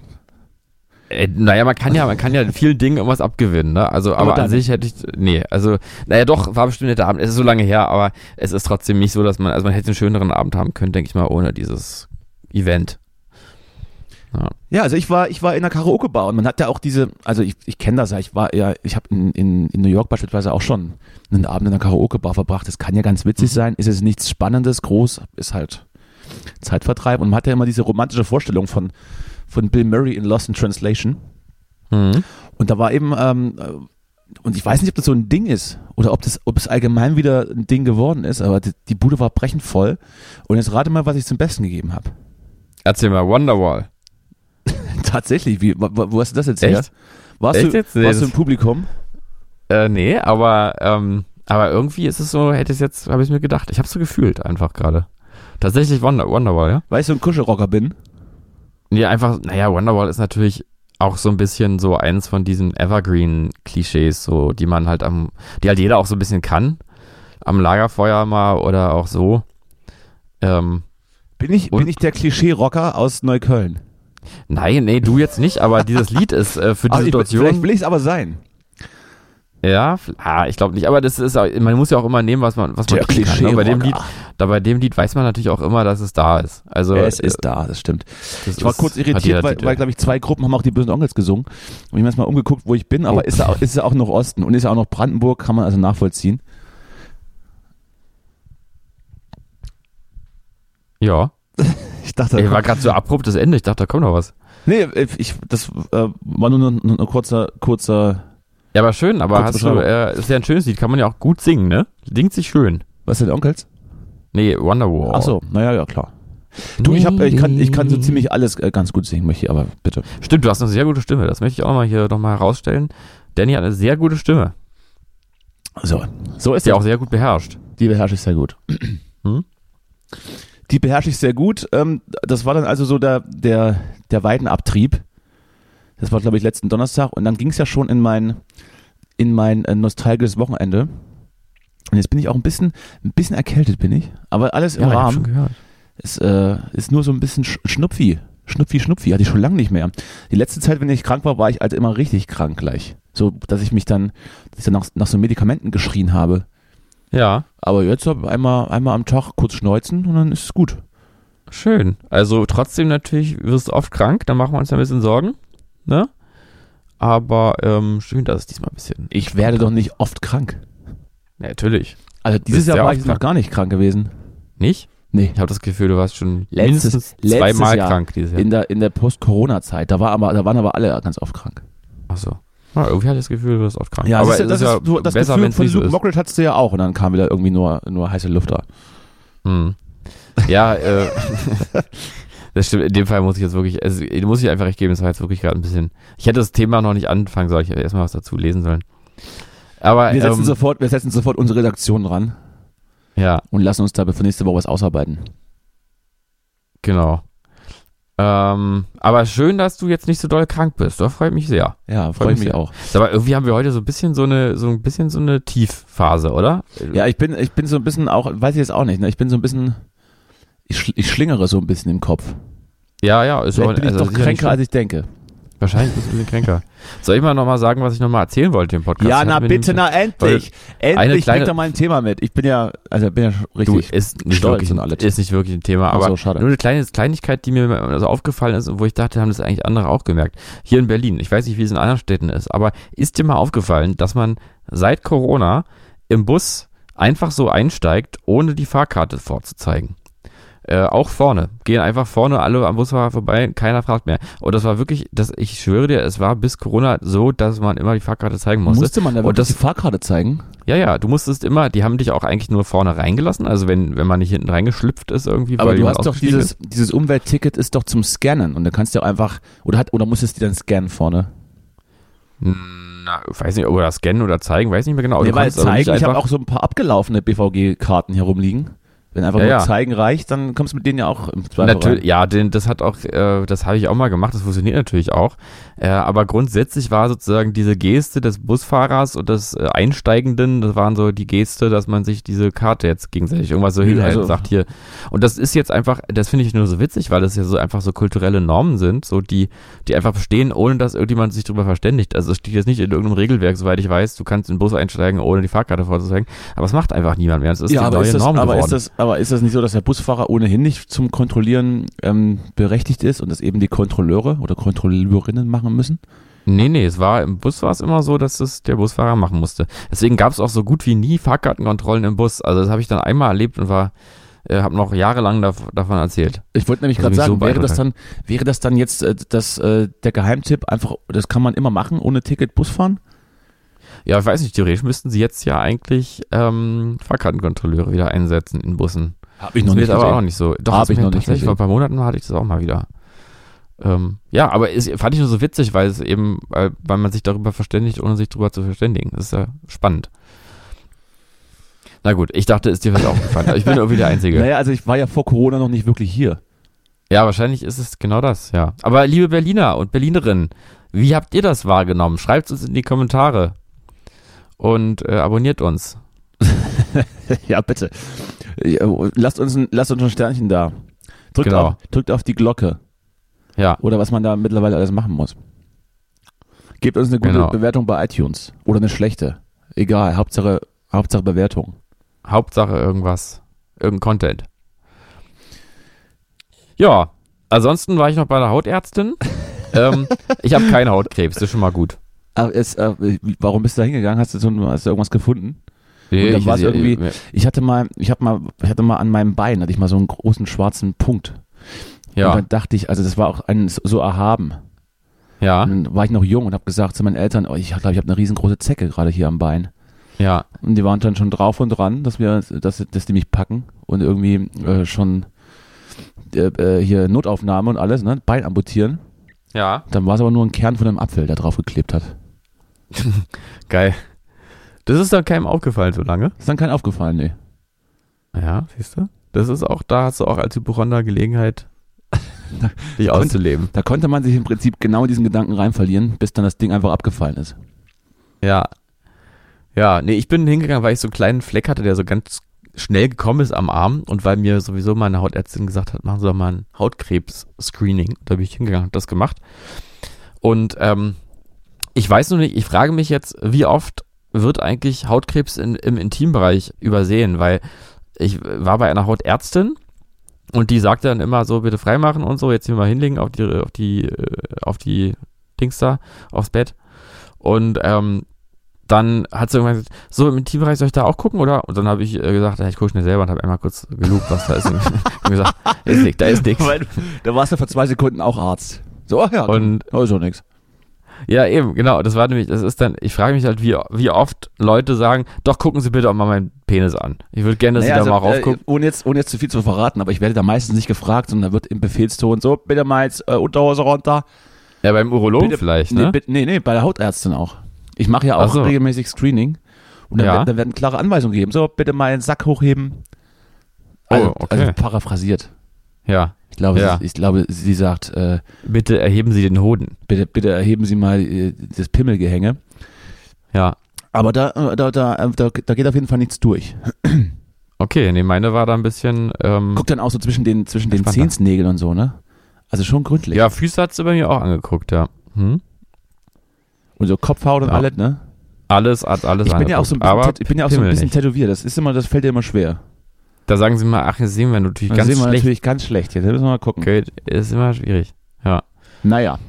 [SPEAKER 3] Äh, naja, man kann ja, man kann ja in vielen Dingen irgendwas abgewinnen, ne? Also,
[SPEAKER 2] Aber
[SPEAKER 3] aber,
[SPEAKER 2] dann
[SPEAKER 3] an sich hätte ich, nee, also, naja, doch, war bestimmt ein netter Abend. Es ist so lange her, aber es ist trotzdem nicht so, dass man, also man hätte einen schöneren Abend haben können, denke ich mal, ohne dieses Event.
[SPEAKER 2] Ja, also ich war, ich war in einer Karaoke-Bar und man hat ja auch diese, also ich, ich kenne das ja, ich war ja, ich habe in, in, in New York beispielsweise auch schon einen Abend in einer Karaoke-Bar verbracht. Das kann ja ganz witzig sein, ist jetzt nichts Spannendes, groß, ist halt Zeitvertreib und man hat ja immer diese romantische Vorstellung von, von Bill Murray in Lost in Translation.
[SPEAKER 3] Mhm.
[SPEAKER 2] Und da war eben, ähm, äh, und ich weiß nicht, ob das so ein Ding ist oder ob das, ob es allgemein wieder ein Ding geworden ist, aber die, die Bude war brechend voll. Und jetzt rate mal, was ich zum Besten gegeben habe. *laughs*
[SPEAKER 3] Erzähl mal, Wonderwall.
[SPEAKER 2] Tatsächlich, wie, wo, wo hast du das jetzt her?
[SPEAKER 3] Echt?
[SPEAKER 2] Warst,
[SPEAKER 3] Echt
[SPEAKER 2] du,
[SPEAKER 3] jetzt? Nee,
[SPEAKER 2] warst du
[SPEAKER 3] das-
[SPEAKER 2] im Publikum?
[SPEAKER 3] Äh, nee, aber, ähm, aber irgendwie ist es so, hätte ich es jetzt, habe ich mir gedacht. Ich habe es so gefühlt einfach gerade. Tatsächlich Wonder, Wonderwall, ja?
[SPEAKER 2] Weil ich so ein Kuschelrocker bin.
[SPEAKER 3] Nee, einfach, naja, Wonderwall ist natürlich auch so ein bisschen so eins von diesen Evergreen-Klischees, so, die man halt am, die halt jeder auch so ein bisschen kann. Am Lagerfeuer mal oder auch so. Ähm,
[SPEAKER 2] Bin ich,
[SPEAKER 3] Und-
[SPEAKER 2] bin ich der Klischee-Rocker aus Neukölln?
[SPEAKER 3] nein, nee, du jetzt nicht, aber dieses Lied ist äh, für
[SPEAKER 2] *laughs*
[SPEAKER 3] die
[SPEAKER 2] Ah, ich,
[SPEAKER 3] Situation.
[SPEAKER 2] vielleicht will ich es aber sein.
[SPEAKER 3] Ja, f- ah, ich glaube nicht, aber das ist auch, man muss ja auch immer nehmen, was man, was man
[SPEAKER 2] Der
[SPEAKER 3] kriegen kann. Ne? Bei dem Lied,
[SPEAKER 2] Klischee-Rocker.
[SPEAKER 3] da bei dem Lied weiß man natürlich auch immer, dass es da ist. Also
[SPEAKER 2] es ist da, das stimmt.
[SPEAKER 3] das
[SPEAKER 2] Ich war
[SPEAKER 3] ist-
[SPEAKER 2] kurz
[SPEAKER 3] hat
[SPEAKER 2] irritiert,
[SPEAKER 3] jeder
[SPEAKER 2] weil,
[SPEAKER 3] Titel.
[SPEAKER 2] weil glaube ich, zwei Gruppen haben auch die Bösen Onkels gesungen. Und ich habe mal umgeguckt, wo ich bin, aber
[SPEAKER 3] Oh.
[SPEAKER 2] ist ja auch, ist ja auch noch Osten und ist ja auch noch Brandenburg, kann man also nachvollziehen.
[SPEAKER 3] ja.
[SPEAKER 2] Ich dachte,
[SPEAKER 3] Ich war gerade so abrupt das Ende. Ich dachte, da kommt noch was.
[SPEAKER 2] nee, ich, das äh, war nur ein, nur ein kurzer, kurzer,
[SPEAKER 3] Ja, aber schön, aber
[SPEAKER 2] Kurz
[SPEAKER 3] hast du,
[SPEAKER 2] beschreiben.
[SPEAKER 3] äh, ist ja ein schönes Lied, kann man ja auch gut singen, ne? Singt sich schön.
[SPEAKER 2] was sind Onkels?
[SPEAKER 3] Nee, Wonderwall.
[SPEAKER 2] Ach so, naja, ja klar. Du, ich, hab, äh, ich, kann, ich kann so ziemlich alles äh, ganz gut singen, möchte ich, aber bitte.
[SPEAKER 3] Stimmt, du hast eine sehr gute Stimme. Das möchte ich auch mal hier nochmal herausstellen. Danny hat eine sehr gute Stimme.
[SPEAKER 2] So, so ist
[SPEAKER 3] Ist ja auch sehr gut beherrscht.
[SPEAKER 2] Die beherrsche ich sehr *clears throat* gut.
[SPEAKER 3] Hm?
[SPEAKER 2] Die beherrsche ich sehr gut. Ähm, das war dann also so der, der, der Weidenabtrieb. Das war, glaube ich, letzten Donnerstag. Und dann ging es ja schon in mein, in mein äh, nostalgisches Wochenende. Und jetzt bin ich auch ein bisschen, ein bisschen erkältet, bin ich. Aber alles im
[SPEAKER 3] ich hab schon
[SPEAKER 2] Rahmen.
[SPEAKER 3] gehört.
[SPEAKER 2] Es äh, ist nur so ein bisschen sch schnupfi. Schnupfi, schnupfi. Hatte ich schon lange nicht mehr. Die letzte Zeit, wenn ich krank war, war ich halt immer richtig krank gleich. So, dass ich mich dann, dass ich dann nach, nach so Medikamenten geschrien habe.
[SPEAKER 3] Ja,
[SPEAKER 2] Aber jetzt hab einmal, einmal am Tag kurz schneuzen und dann ist es gut.
[SPEAKER 3] schön. Also trotzdem natürlich wirst du oft krank, da machen wir uns ein bisschen Sorgen, ne? Aber ähm, schön, dass es diesmal ein bisschen.
[SPEAKER 2] Ich werde doch nicht oft krank.
[SPEAKER 3] Ja, natürlich.
[SPEAKER 2] Also dieses
[SPEAKER 3] Bist
[SPEAKER 2] Jahr
[SPEAKER 3] ja
[SPEAKER 2] war
[SPEAKER 3] oft
[SPEAKER 2] ich noch
[SPEAKER 3] krank.
[SPEAKER 2] gar nicht krank gewesen.
[SPEAKER 3] Nicht?
[SPEAKER 2] Nee.
[SPEAKER 3] Ich habe das Gefühl, du warst schon
[SPEAKER 2] Letztes-
[SPEAKER 3] mindestens
[SPEAKER 2] letztes
[SPEAKER 3] zweimal
[SPEAKER 2] Jahr.
[SPEAKER 3] krank dieses Jahr.
[SPEAKER 2] In der, in der Post-Corona-Zeit, da, war aber- da waren aber alle ganz oft krank.
[SPEAKER 3] Achso. Ja, Ah, irgendwie hatte ich das Gefühl, du wirst oft krank.
[SPEAKER 2] Aber
[SPEAKER 3] Aber
[SPEAKER 2] das,
[SPEAKER 3] es
[SPEAKER 2] ist,
[SPEAKER 3] ist ja
[SPEAKER 2] so- das
[SPEAKER 3] besser,
[SPEAKER 2] Gefühl
[SPEAKER 3] wenn's
[SPEAKER 2] von
[SPEAKER 3] nicht so
[SPEAKER 2] Luke
[SPEAKER 3] ist.
[SPEAKER 2] Mockridge hattest du ja auch und dann kam wieder irgendwie nur, nur heiße Luft da.
[SPEAKER 3] Hm. Ja, äh, *laughs* das stimmt. In dem Fall muss ich jetzt wirklich, also, äh, muss ich einfach recht geben, es war jetzt wirklich gerade ein bisschen. Ich hätte das Thema noch nicht anfangen sollen, ich hätte erstmal was dazu lesen sollen. Aber
[SPEAKER 2] Wir setzen,
[SPEAKER 3] ähm,
[SPEAKER 2] sofort, wir setzen sofort unsere Redaktion ran
[SPEAKER 3] ja,
[SPEAKER 2] und lassen uns da für nächste Woche was ausarbeiten.
[SPEAKER 3] genau. Ähm, aber schön, dass du jetzt nicht so doll krank bist. Da freut mich sehr.
[SPEAKER 2] Ja,
[SPEAKER 3] Freut
[SPEAKER 2] freue ich mich
[SPEAKER 3] mich sehr.
[SPEAKER 2] auch.
[SPEAKER 3] Aber irgendwie haben wir heute so ein bisschen so eine, so ein bisschen so eine Tiefphase, oder?
[SPEAKER 2] Ja, ich bin, ich bin so ein bisschen auch, weiß ich jetzt auch nicht, ne? ich bin so ein bisschen, ich, schl- ich schlingere so ein bisschen im Kopf.
[SPEAKER 3] Ja, ja, ist auch-
[SPEAKER 2] Vielleicht bin ich
[SPEAKER 3] also
[SPEAKER 2] doch
[SPEAKER 3] sicher nicht
[SPEAKER 2] kränker, als ich denke.
[SPEAKER 3] schlimm. Wahrscheinlich bist du ein bisschen kränker. Soll ich mal nochmal sagen, was ich nochmal erzählen wollte im Podcast?
[SPEAKER 2] Ja,
[SPEAKER 3] Hatten
[SPEAKER 2] na
[SPEAKER 3] wir nämlich-
[SPEAKER 2] bitte, na endlich.
[SPEAKER 3] eine
[SPEAKER 2] Endlich
[SPEAKER 3] kleine-
[SPEAKER 2] bringt er mal ein Thema mit. Ich bin ja, also bin ja sch-
[SPEAKER 3] Du,
[SPEAKER 2] richtig.
[SPEAKER 3] ist nicht,
[SPEAKER 2] stolz
[SPEAKER 3] wirklich,
[SPEAKER 2] und
[SPEAKER 3] ein-
[SPEAKER 2] alles.
[SPEAKER 3] ist nicht wirklich ein Thema,
[SPEAKER 2] Ach
[SPEAKER 3] aber
[SPEAKER 2] so, schade.
[SPEAKER 3] nur eine kleine Kleinigkeit, die mir also aufgefallen ist und wo ich dachte, haben das eigentlich andere auch gemerkt. Hier in Berlin, ich weiß nicht, wie es in anderen Städten ist, aber ist dir mal aufgefallen, dass man seit Corona im Bus einfach so einsteigt, ohne die Fahrkarte vorzuzeigen? Äh, auch vorne. Gehen einfach vorne alle am Busfahrer vorbei, keiner fragt mehr. Und das war wirklich, das, ich schwöre dir, es war bis Corona so, dass man immer die Fahrkarte zeigen musste.
[SPEAKER 2] Musste man da
[SPEAKER 3] und
[SPEAKER 2] wirklich
[SPEAKER 3] das
[SPEAKER 2] die Fahrkarte zeigen?
[SPEAKER 3] ja, ja, du musstest immer, die haben dich auch eigentlich nur vorne reingelassen, also wenn, wenn man nicht hinten reingeschlüpft ist irgendwie.
[SPEAKER 2] Aber
[SPEAKER 3] weil
[SPEAKER 2] du
[SPEAKER 3] jemand
[SPEAKER 2] hast doch
[SPEAKER 3] ausgestiegen
[SPEAKER 2] dieses, dieses Umweltticket ist doch zum Scannen und da kannst du ja einfach, oder hat, oder musstest du die dann scannen vorne?
[SPEAKER 3] ist. Na, weiß nicht, oder scannen oder zeigen, weiß nicht mehr genau.
[SPEAKER 2] Nee,
[SPEAKER 3] Du
[SPEAKER 2] weil
[SPEAKER 3] konntest aber nicht
[SPEAKER 2] zeigen, ich habe
[SPEAKER 3] einfach-
[SPEAKER 2] auch so ein paar abgelaufene BVG-Karten hier rumliegen. Wenn einfach
[SPEAKER 3] Ja,
[SPEAKER 2] nur
[SPEAKER 3] ja.
[SPEAKER 2] zeigen reicht, dann kommst du mit denen ja auch im Zweifel
[SPEAKER 3] Natürlich,
[SPEAKER 2] rein.
[SPEAKER 3] ja, den, das hat auch, äh, das habe ich auch mal gemacht, das funktioniert natürlich auch. Äh, aber grundsätzlich war sozusagen diese Geste des Busfahrers und des äh, Einsteigenden, das waren so die Geste, dass man sich diese Karte jetzt gegenseitig irgendwas so hinhält und
[SPEAKER 2] also-
[SPEAKER 3] sagt hier. Und das ist jetzt einfach, das finde ich nur so witzig, weil das ja so einfach so kulturelle Normen sind, so die, die einfach bestehen, ohne dass irgendjemand sich drüber verständigt. Also es steht jetzt nicht in irgendeinem Regelwerk, soweit ich weiß, du kannst in den Bus einsteigen, ohne die Fahrkarte vorzuzeigen. Aber es macht einfach niemand mehr. Das ist
[SPEAKER 2] Ja,
[SPEAKER 3] die
[SPEAKER 2] aber
[SPEAKER 3] neue
[SPEAKER 2] ist, das,
[SPEAKER 3] Norm
[SPEAKER 2] aber,
[SPEAKER 3] geworden.
[SPEAKER 2] ist das, aber ist das nicht so, dass der Busfahrer ohnehin nicht zum Kontrollieren ähm, berechtigt ist und das eben die Kontrolleure oder Kontrolleurinnen machen müssen?
[SPEAKER 3] Nee, nee, es war im Bus war es immer so, dass es der Busfahrer machen musste. Deswegen gab es auch so gut wie nie Fahrkartenkontrollen im Bus. Also das habe ich dann einmal erlebt und war, äh, habe noch jahrelang dav davon erzählt.
[SPEAKER 2] Ich wollte nämlich
[SPEAKER 3] Also
[SPEAKER 2] gerade
[SPEAKER 3] mich
[SPEAKER 2] sagen,
[SPEAKER 3] so
[SPEAKER 2] wäre das dann, wäre das dann jetzt äh, das, äh, der Geheimtipp einfach, das kann man immer machen, ohne Ticket Bus fahren?
[SPEAKER 3] Ja, ich weiß nicht, theoretisch müssten sie jetzt ja eigentlich ähm, Fahrkartenkontrolleure wieder einsetzen in Bussen.
[SPEAKER 2] Habe ich
[SPEAKER 3] Das ist mir jetzt aber auch nicht so. Doch,
[SPEAKER 2] Hab
[SPEAKER 3] das ist
[SPEAKER 2] ich
[SPEAKER 3] mir
[SPEAKER 2] noch nicht
[SPEAKER 3] tatsächlich
[SPEAKER 2] gesehen.
[SPEAKER 3] vor ein paar Monaten hatte ich das auch mal wieder. Ähm, ja, aber es, fand ich nur so witzig, weil es eben, weil, weil man sich darüber verständigt, ohne sich darüber zu verständigen. Das ist ja spannend. Na gut, ich dachte, ist dir vielleicht auch gefallen. Aber
[SPEAKER 2] *laughs*
[SPEAKER 3] ich bin irgendwie der Einzige.
[SPEAKER 2] Naja, also ich war ja vor Corona noch nicht wirklich hier.
[SPEAKER 3] Ja, wahrscheinlich ist es genau das, ja. Aber liebe Berliner und Berlinerinnen, wie habt ihr das wahrgenommen? Schreibt uns in die Kommentare und äh, abonniert uns.
[SPEAKER 2] ja, bitte. Ja, oh, Lasst uns, ein- lasst uns ein Sternchen da. Drückt,
[SPEAKER 3] Genau.
[SPEAKER 2] auf, drückt auf die Glocke
[SPEAKER 3] Ja,
[SPEAKER 2] oder was man da mittlerweile alles machen muss. Gebt uns eine gute
[SPEAKER 3] Genau.
[SPEAKER 2] Bewertung bei iTunes oder eine schlechte. Egal, Hauptsache, Hauptsache Bewertung.
[SPEAKER 3] Hauptsache irgendwas. Irgendein Content. Ja, ansonsten war ich noch bei
[SPEAKER 2] *laughs*
[SPEAKER 3] der Hautärztin. ähm, ich habe keinen Hautkrebs, das ist schon mal gut.
[SPEAKER 2] Aber es, äh, warum bist du da hingegangen? Hast du, so, hast du irgendwas gefunden?
[SPEAKER 3] Nee,
[SPEAKER 2] dann
[SPEAKER 3] ich-
[SPEAKER 2] war's
[SPEAKER 3] ich-
[SPEAKER 2] irgendwie- Ich hatte mal, ich hab mal, ich hatte mal an meinem Bein, hatte ich mal so einen großen schwarzen Punkt. Und
[SPEAKER 3] ja,
[SPEAKER 2] dann dachte ich, also das war auch ein so erhaben.
[SPEAKER 3] ja,
[SPEAKER 2] Und dann war ich noch jung und habe gesagt zu meinen Eltern, oh, ich glaube, ich habe eine riesengroße Zecke gerade hier am Bein.
[SPEAKER 3] ja.
[SPEAKER 2] Und die waren dann schon drauf und dran, dass wir, dass, dass die mich packen und irgendwie äh, schon äh, äh, hier Notaufnahme und alles, ne? Bein amputieren.
[SPEAKER 3] Ja,
[SPEAKER 2] Dann war es aber nur ein Kern von einem Apfel, der drauf geklebt hat.
[SPEAKER 3] geil. Das ist dann keinem aufgefallen so lange.
[SPEAKER 2] Ist dann kein aufgefallen, nee.
[SPEAKER 3] Ja, siehst du? Das ist auch, da hast du auch als Hypochonder Gelegenheit, *laughs* dich auszuleben.
[SPEAKER 2] Da konnte man sich im Prinzip genau in diesen Gedanken reinverlieren, bis dann das Ding einfach abgefallen *laughs* ist.
[SPEAKER 3] Ja. Ja, nee, ich bin hingegangen, weil ich so einen kleinen Fleck hatte, der so ganz schnell gekommen ist am Arm und weil mir sowieso meine Hautärztin gesagt hat, machen Sie doch mal ein Hautkrebs-Screening. Da bin ich hingegangen, hab das gemacht. Und ähm, ich weiß noch nicht, ich frage mich jetzt, wie oft wird eigentlich Hautkrebs in, im Intimbereich übersehen, weil ich war bei einer Hautärztin und die sagte dann immer so, bitte freimachen und so, jetzt hier mal hinlegen auf die, auf die, äh, auf die Dings da, aufs Bett. Und ähm, dann hat sie irgendwann gesagt, so im Intimbereich soll ich da auch gucken, oder? Und dann habe ich äh, gesagt, ja, ich gucke schnell selber und habe einmal kurz gelugt, was da ist. *laughs* und gesagt, ist nix, da ist nix.
[SPEAKER 2] *laughs* Da warst du vor zwei Sekunden auch Arzt. So, ach ja,
[SPEAKER 3] Und
[SPEAKER 2] da ist auch nichts.
[SPEAKER 3] Ja, eben, genau. Das war nämlich, das ist dann, ich frage mich halt, wie, wie oft Leute sagen, doch gucken Sie bitte auch mal meinen Penis an. Ich würde gerne, dass Sie da mal
[SPEAKER 2] äh,
[SPEAKER 3] raufgucken.
[SPEAKER 2] ohne, jetzt, ohne jetzt zu viel zu verraten, aber ich werde da meistens nicht gefragt, sondern da wird im Befehlston so, bitte mal jetzt äh, Unterhose runter.
[SPEAKER 3] ja, beim Urologen
[SPEAKER 2] äh, bitte-
[SPEAKER 3] vielleicht,
[SPEAKER 2] Nee,
[SPEAKER 3] ne?
[SPEAKER 2] bitte- nee, nee, bei der Hautärztin auch. Ich mache ja auch
[SPEAKER 3] Ach so.
[SPEAKER 2] regelmäßig Screening und dann,
[SPEAKER 3] Ja.
[SPEAKER 2] wird, dann werden klare Anweisungen gegeben. So, bitte mal den Sack hochheben.
[SPEAKER 3] Oh,
[SPEAKER 2] Also,
[SPEAKER 3] okay.
[SPEAKER 2] also paraphrasiert.
[SPEAKER 3] ja.
[SPEAKER 2] Ich glaube,
[SPEAKER 3] Ja.
[SPEAKER 2] sie, ich glaube, sie sagt, äh,
[SPEAKER 3] Bitte erheben Sie den Hoden.
[SPEAKER 2] bitte, bitte erheben Sie mal äh, das Pimmelgehänge.
[SPEAKER 3] Ja.
[SPEAKER 2] Aber da, äh, da, da, äh, da, da geht auf jeden Fall nichts durch.
[SPEAKER 3] Okay, nee, meine war da ein bisschen, ähm,
[SPEAKER 2] Guckt dann auch so zwischen den, zwischen den
[SPEAKER 3] Entspannter.
[SPEAKER 2] Zehensnägeln und so, ne? Also schon gründlich.
[SPEAKER 3] ja, Füße hat sie bei mir auch angeguckt, ja. Hm?
[SPEAKER 2] Und so Kopfhaut und
[SPEAKER 3] Ja.
[SPEAKER 2] alles, ne?
[SPEAKER 3] Alles hat alles
[SPEAKER 2] Ich bin, ja auch so ein bisschen,
[SPEAKER 3] angeguckt, aber
[SPEAKER 2] tät- ich bin ja auch so ein
[SPEAKER 3] Pimmel
[SPEAKER 2] bisschen
[SPEAKER 3] nicht.
[SPEAKER 2] tätowiert. Das ist immer, das fällt dir immer schwer.
[SPEAKER 3] Da sagen sie mal, ach, jetzt sehen wir natürlich
[SPEAKER 2] Das
[SPEAKER 3] ganz
[SPEAKER 2] sehen wir
[SPEAKER 3] schlecht.
[SPEAKER 2] natürlich ganz schlecht. Jetzt müssen wir mal gucken.
[SPEAKER 3] Okay, ist immer schwierig. Ja.
[SPEAKER 2] Naja,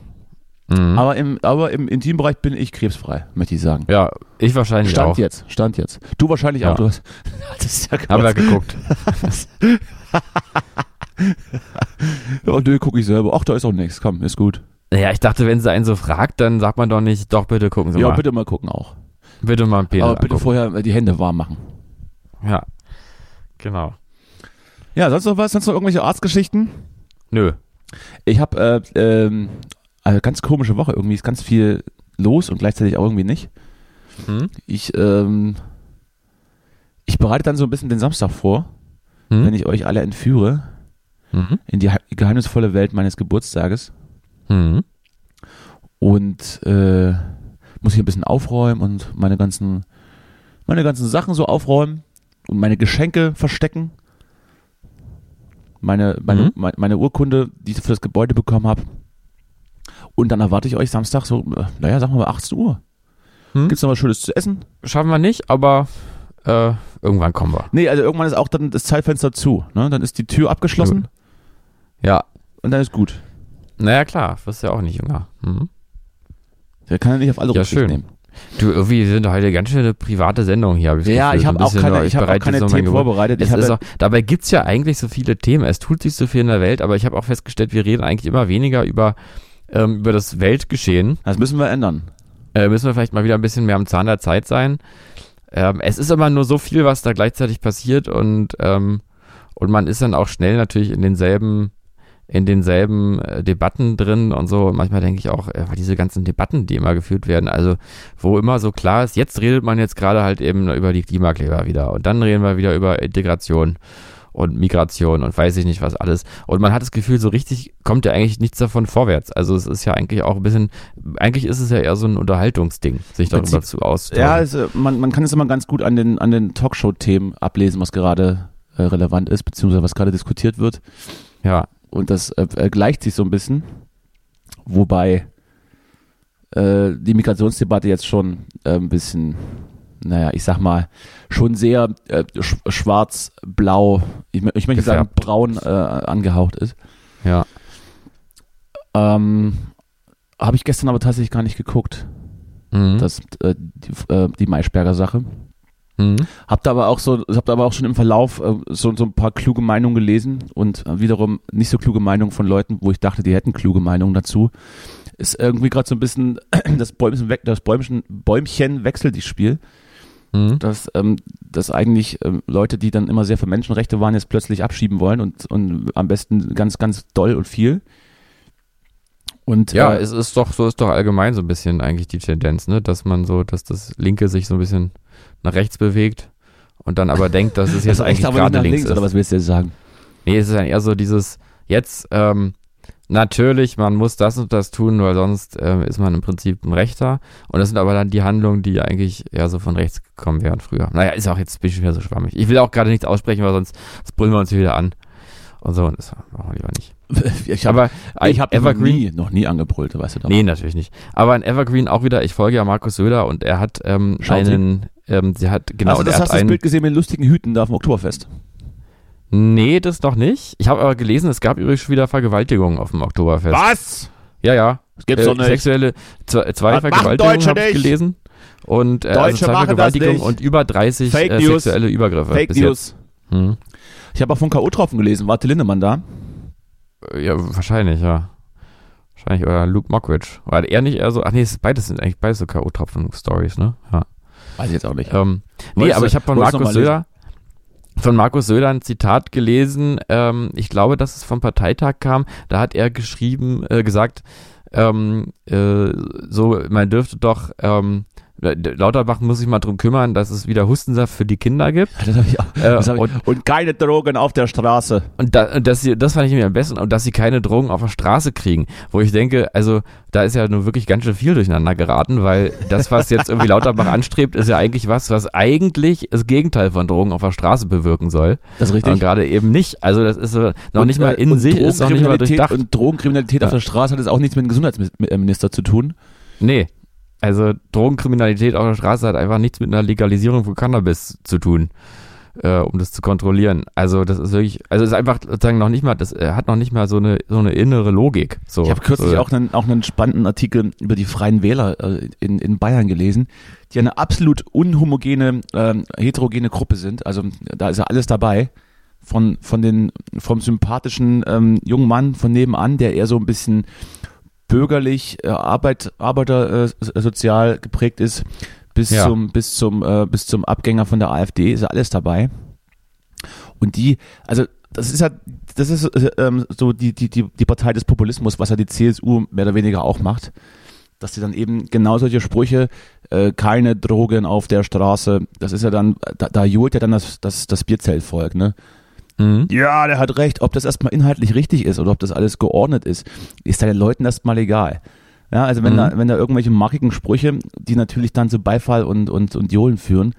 [SPEAKER 3] Mhm.
[SPEAKER 2] aber, im, aber im Intimbereich bin ich krebsfrei, möchte ich sagen.
[SPEAKER 3] ja, ich wahrscheinlich
[SPEAKER 2] Stand
[SPEAKER 3] auch.
[SPEAKER 2] jetzt, stand jetzt. Du wahrscheinlich
[SPEAKER 3] Ja.
[SPEAKER 2] auch. Du hast, das ist ja
[SPEAKER 3] Hab da
[SPEAKER 2] krass. *laughs*
[SPEAKER 3] geguckt.
[SPEAKER 2] Ja, nö, guck ich selber. Ach, da ist auch nichts. Komm, ist gut.
[SPEAKER 3] Naja, ich dachte, wenn sie einen so fragt, dann sagt man doch nicht, doch bitte gucken Sie
[SPEAKER 2] ja,
[SPEAKER 3] mal.
[SPEAKER 2] bitte mal gucken auch.
[SPEAKER 3] Bitte mal einen Penis
[SPEAKER 2] aber bitte
[SPEAKER 3] angucken.
[SPEAKER 2] vorher äh, die Hände warm machen.
[SPEAKER 3] Ja. Genau.
[SPEAKER 2] Ja, sonst noch was? Sonst noch irgendwelche Arztgeschichten?
[SPEAKER 3] Nö.
[SPEAKER 2] Ich habe äh, ähm, eine ganz komische Woche. Irgendwie ist ganz viel los und gleichzeitig auch irgendwie nicht.
[SPEAKER 3] Hm?
[SPEAKER 2] Ich, ähm, ich bereite dann so ein bisschen den Samstag vor,
[SPEAKER 3] Hm?
[SPEAKER 2] wenn ich euch alle entführe
[SPEAKER 3] mhm.
[SPEAKER 2] in die he- geheimnisvolle Welt meines Geburtstages
[SPEAKER 3] Mhm.
[SPEAKER 2] und äh, muss hier ein bisschen aufräumen und meine ganzen, meine ganzen Sachen so aufräumen und meine Geschenke verstecken. Meine, meine,
[SPEAKER 3] Mhm.
[SPEAKER 2] meine, meine Urkunde, die ich für das Gebäude bekommen habe. Und dann erwarte ich euch Samstag so, äh, naja, sagen wir mal 18 Uhr.
[SPEAKER 3] Hm?
[SPEAKER 2] Gibt's noch was Schönes zu essen?
[SPEAKER 3] Schaffen wir nicht, aber äh, irgendwann kommen wir.
[SPEAKER 2] Nee, also irgendwann ist auch dann das Zeitfenster zu. Ne? Dann ist die Tür abgeschlossen
[SPEAKER 3] Ja.
[SPEAKER 2] und dann ist gut.
[SPEAKER 3] Naja, klar, wirst ja auch nicht jünger. Mhm.
[SPEAKER 2] Der kann ja nicht auf alle
[SPEAKER 3] Ja,
[SPEAKER 2] Rücksicht
[SPEAKER 3] schön.
[SPEAKER 2] nehmen.
[SPEAKER 3] Du, irgendwie sind heute ganz schöne private Sendung hier, habe ich das
[SPEAKER 2] Ja,
[SPEAKER 3] Gefühl.
[SPEAKER 2] ich
[SPEAKER 3] So ein
[SPEAKER 2] habe auch
[SPEAKER 3] bisschen nur,
[SPEAKER 2] keine, ich hab auch
[SPEAKER 3] bereite
[SPEAKER 2] keine
[SPEAKER 3] so mein
[SPEAKER 2] Themen
[SPEAKER 3] Gebur-
[SPEAKER 2] vorbereitet. Ich
[SPEAKER 3] Es ist
[SPEAKER 2] habe
[SPEAKER 3] auch, dabei gibt's ja eigentlich so viele Themen. Es tut sich so viel in der Welt, aber ich habe auch festgestellt, wir reden eigentlich immer weniger über, ähm, über das Weltgeschehen.
[SPEAKER 2] das müssen wir ändern.
[SPEAKER 3] äh, müssen wir vielleicht mal wieder ein bisschen mehr am Zahn der Zeit sein. Ähm, es ist aber nur so viel, was da gleichzeitig passiert und, ähm, und man ist dann auch schnell natürlich in denselben, in denselben äh, Debatten drin und so. Und manchmal denke ich auch, äh, diese ganzen Debatten, die immer geführt werden, also wo immer so klar ist, jetzt redet man jetzt gerade halt eben über die Klimakleber wieder und dann reden wir wieder über Integration und Migration und weiß ich nicht was alles. Und man hat das Gefühl, so richtig kommt ja eigentlich nichts davon vorwärts. Also es ist ja eigentlich auch ein bisschen, eigentlich ist es ja eher so ein Unterhaltungsding, sich darüber
[SPEAKER 2] Prinzip-
[SPEAKER 3] zu auszutauschen.
[SPEAKER 2] Ja, also man, man kann es immer ganz gut an den, an den Talkshow-Themen ablesen, was gerade äh, relevant ist, beziehungsweise was gerade diskutiert wird.
[SPEAKER 3] ja.
[SPEAKER 2] Und das äh, äh, gleicht sich so ein bisschen. Wobei äh, die Migrationsdebatte jetzt schon äh, ein bisschen naja, ich sag mal, schon sehr äh, sch schwarz-blau, ich, mö- ich möchte sagen
[SPEAKER 3] Gefärbt.
[SPEAKER 2] braun äh, angehaucht ist.
[SPEAKER 3] Ja.
[SPEAKER 2] Ähm, Habe ich gestern aber tatsächlich gar nicht geguckt,
[SPEAKER 3] Mhm.
[SPEAKER 2] das, äh, die, äh, die Maischberger Sache.
[SPEAKER 3] mhm.
[SPEAKER 2] Habt aber auch so, habt aber auch schon im Verlauf äh, so, so ein paar kluge Meinungen gelesen und äh, wiederum nicht so kluge Meinungen von Leuten, wo ich dachte, die hätten kluge Meinungen dazu. Ist irgendwie gerade so ein bisschen *clears throat* das Bäumchen, weg- das Bäumchen, Bäumchen wechselt das Spiel,
[SPEAKER 3] Mhm.
[SPEAKER 2] dass, ähm, dass eigentlich ähm, Leute, die dann immer sehr für Menschenrechte waren, jetzt plötzlich abschieben wollen und, und am besten ganz, ganz doll und viel. Und
[SPEAKER 3] Ja,
[SPEAKER 2] äh,
[SPEAKER 3] es ist doch, so ist doch allgemein so ein bisschen eigentlich die Tendenz, ne? Dass man so, dass das Linke sich so ein bisschen nach rechts bewegt und dann aber denkt,
[SPEAKER 2] *laughs*
[SPEAKER 3] dass es jetzt
[SPEAKER 2] also
[SPEAKER 3] eigentlich
[SPEAKER 2] eigentlich aber nicht
[SPEAKER 3] gerade
[SPEAKER 2] nach
[SPEAKER 3] links,
[SPEAKER 2] links,
[SPEAKER 3] ist.
[SPEAKER 2] oder was willst du jetzt
[SPEAKER 3] *laughs*
[SPEAKER 2] sagen?
[SPEAKER 3] Nee, es ist dann eher so dieses, jetzt, ähm, natürlich, man muss das und das tun, weil sonst ähm, ist man im Prinzip ein Rechter. Und das sind aber dann die Handlungen, die eigentlich eher so von rechts gekommen wären früher. Naja, ist auch jetzt ein bisschen wieder so schwammig. Ich will auch gerade nichts aussprechen, weil sonst sonst brüllen wir uns hier wieder an. Und so, und das machen wir lieber nicht.
[SPEAKER 2] Ich
[SPEAKER 3] aber
[SPEAKER 2] ich hab noch
[SPEAKER 3] Evergreen
[SPEAKER 2] nie, noch nie angebrüllt, weißt du doch.
[SPEAKER 3] Nee, natürlich nicht. Aber in Evergreen auch wieder, ich folge ja Markus Söder und er hat ähm,
[SPEAKER 2] Schauen Sie.
[SPEAKER 3] einen, ähm, sie hat, genau,
[SPEAKER 2] also
[SPEAKER 3] der
[SPEAKER 2] das
[SPEAKER 3] hat
[SPEAKER 2] hast du das
[SPEAKER 3] einen,
[SPEAKER 2] Bild gesehen mit lustigen Hüten da auf dem Oktoberfest.
[SPEAKER 3] nee, das noch nicht. Ich habe aber gelesen, es gab übrigens schon wieder Vergewaltigungen auf dem Oktoberfest.
[SPEAKER 5] Was?
[SPEAKER 3] Ja, ja.
[SPEAKER 5] Das gibt's doch
[SPEAKER 3] Äh,
[SPEAKER 5] nicht.
[SPEAKER 3] Sexuelle, zwei, zwei
[SPEAKER 5] Was machen
[SPEAKER 3] Vergewaltigungen
[SPEAKER 5] Deutsche
[SPEAKER 3] habe ich
[SPEAKER 5] nicht?
[SPEAKER 3] gelesen. Und äh, also
[SPEAKER 5] Deutsche
[SPEAKER 3] zwei
[SPEAKER 5] machen das
[SPEAKER 3] Vergewaltigungen
[SPEAKER 5] nicht.
[SPEAKER 3] und über 30
[SPEAKER 5] Fake
[SPEAKER 3] äh,
[SPEAKER 5] News.
[SPEAKER 3] sexuelle Übergriffe.
[SPEAKER 5] Fake
[SPEAKER 3] bis
[SPEAKER 5] News.
[SPEAKER 3] Jetzt. Hm.
[SPEAKER 2] Ich habe auch von K.O. Tropfen gelesen, war Till Lindemann da?
[SPEAKER 3] Äh, Ja, wahrscheinlich, ja. Wahrscheinlich, oder Luke Mockridge. War er nicht eher so, ach nee, es- beides sind eigentlich beides so K.O.-Tropfen-Stories, ne? Ja.
[SPEAKER 2] Weiß ich jetzt auch nicht.
[SPEAKER 3] Ähm, nee,
[SPEAKER 2] Wolltest
[SPEAKER 3] aber
[SPEAKER 2] du-
[SPEAKER 3] ich habe von
[SPEAKER 2] wolltest du
[SPEAKER 3] Markus
[SPEAKER 2] noch mal
[SPEAKER 3] Söder von Markus Söder ein Zitat gelesen. Ähm, ich glaube, dass es vom Parteitag kam. Da hat er geschrieben, äh, gesagt, ähm, äh, so man dürfte doch ähm, Lauterbach muss sich mal drum kümmern, dass es wieder Hustensaft für die Kinder gibt.
[SPEAKER 2] *laughs* Das hab ich auch,
[SPEAKER 3] Äh,
[SPEAKER 2] das hab ich,
[SPEAKER 3] und
[SPEAKER 2] und, keine Drogen auf der Straße.
[SPEAKER 3] und, da, und dass sie, das fand ich mir am besten, und dass sie keine Drogen auf der Straße kriegen. Wo ich denke, also da ist ja nun wirklich ganz schön viel durcheinander geraten, weil das, was jetzt irgendwie Lauterbach anstrebt, ist ja eigentlich was, was eigentlich das Gegenteil von Drogen auf der Straße bewirken soll.
[SPEAKER 2] Das ist
[SPEAKER 3] Und gerade eben nicht. Also das ist äh, noch
[SPEAKER 2] Und,
[SPEAKER 3] nicht mal
[SPEAKER 2] äh,
[SPEAKER 3] in
[SPEAKER 2] und
[SPEAKER 3] sich, ist noch nicht mal
[SPEAKER 2] Drogenkriminalität-
[SPEAKER 3] durchdacht.
[SPEAKER 2] Und Drogenkriminalität auf
[SPEAKER 3] Ja.
[SPEAKER 2] der Straße hat jetzt auch nichts mit dem Gesundheitsminister zu tun.
[SPEAKER 3] nee. Also Drogenkriminalität auf der Straße hat einfach nichts mit einer Legalisierung von Cannabis zu tun. Äh, um das zu kontrollieren. Also das ist wirklich, also es ist einfach sozusagen noch nicht mal, das äh, hat noch nicht mal so eine so eine innere Logik. So,
[SPEAKER 2] Ich habe kürzlich
[SPEAKER 3] so,
[SPEAKER 2] auch, einen, auch einen spannenden Artikel über die Freien Wähler äh, in, in Bayern gelesen, die eine absolut unhomogene, ähm, heterogene Gruppe sind. Also da ist ja alles dabei. Von, von den, vom sympathischen ähm, jungen Mann von nebenan, der eher so ein bisschen bürgerlich, äh, Arbeit, Arbeiter äh, so- sozial geprägt ist, bis
[SPEAKER 3] Ja.
[SPEAKER 2] zum, bis zum, äh, bis zum Abgänger von der AfD, ist ja alles dabei. Und die, also das ist ja, das ist äh, ähm, so die, die, die, die Partei des Populismus, was ja die CSU mehr oder weniger auch macht, dass sie dann eben genau solche Sprüche, äh, keine Drogen auf der Straße, das ist ja dann, da, da johlt ja dann das, das, das Bierzeltvolk, ne?
[SPEAKER 3] Mhm.
[SPEAKER 2] Ja, der hat recht, ob das erstmal inhaltlich richtig ist oder ob das alles geordnet ist, ist ja den Leuten erstmal egal. Ja, also wenn,
[SPEAKER 3] Mhm.
[SPEAKER 2] da, wenn da irgendwelche markigen Sprüche, die natürlich dann zu Beifall und, und, und Johlen führen,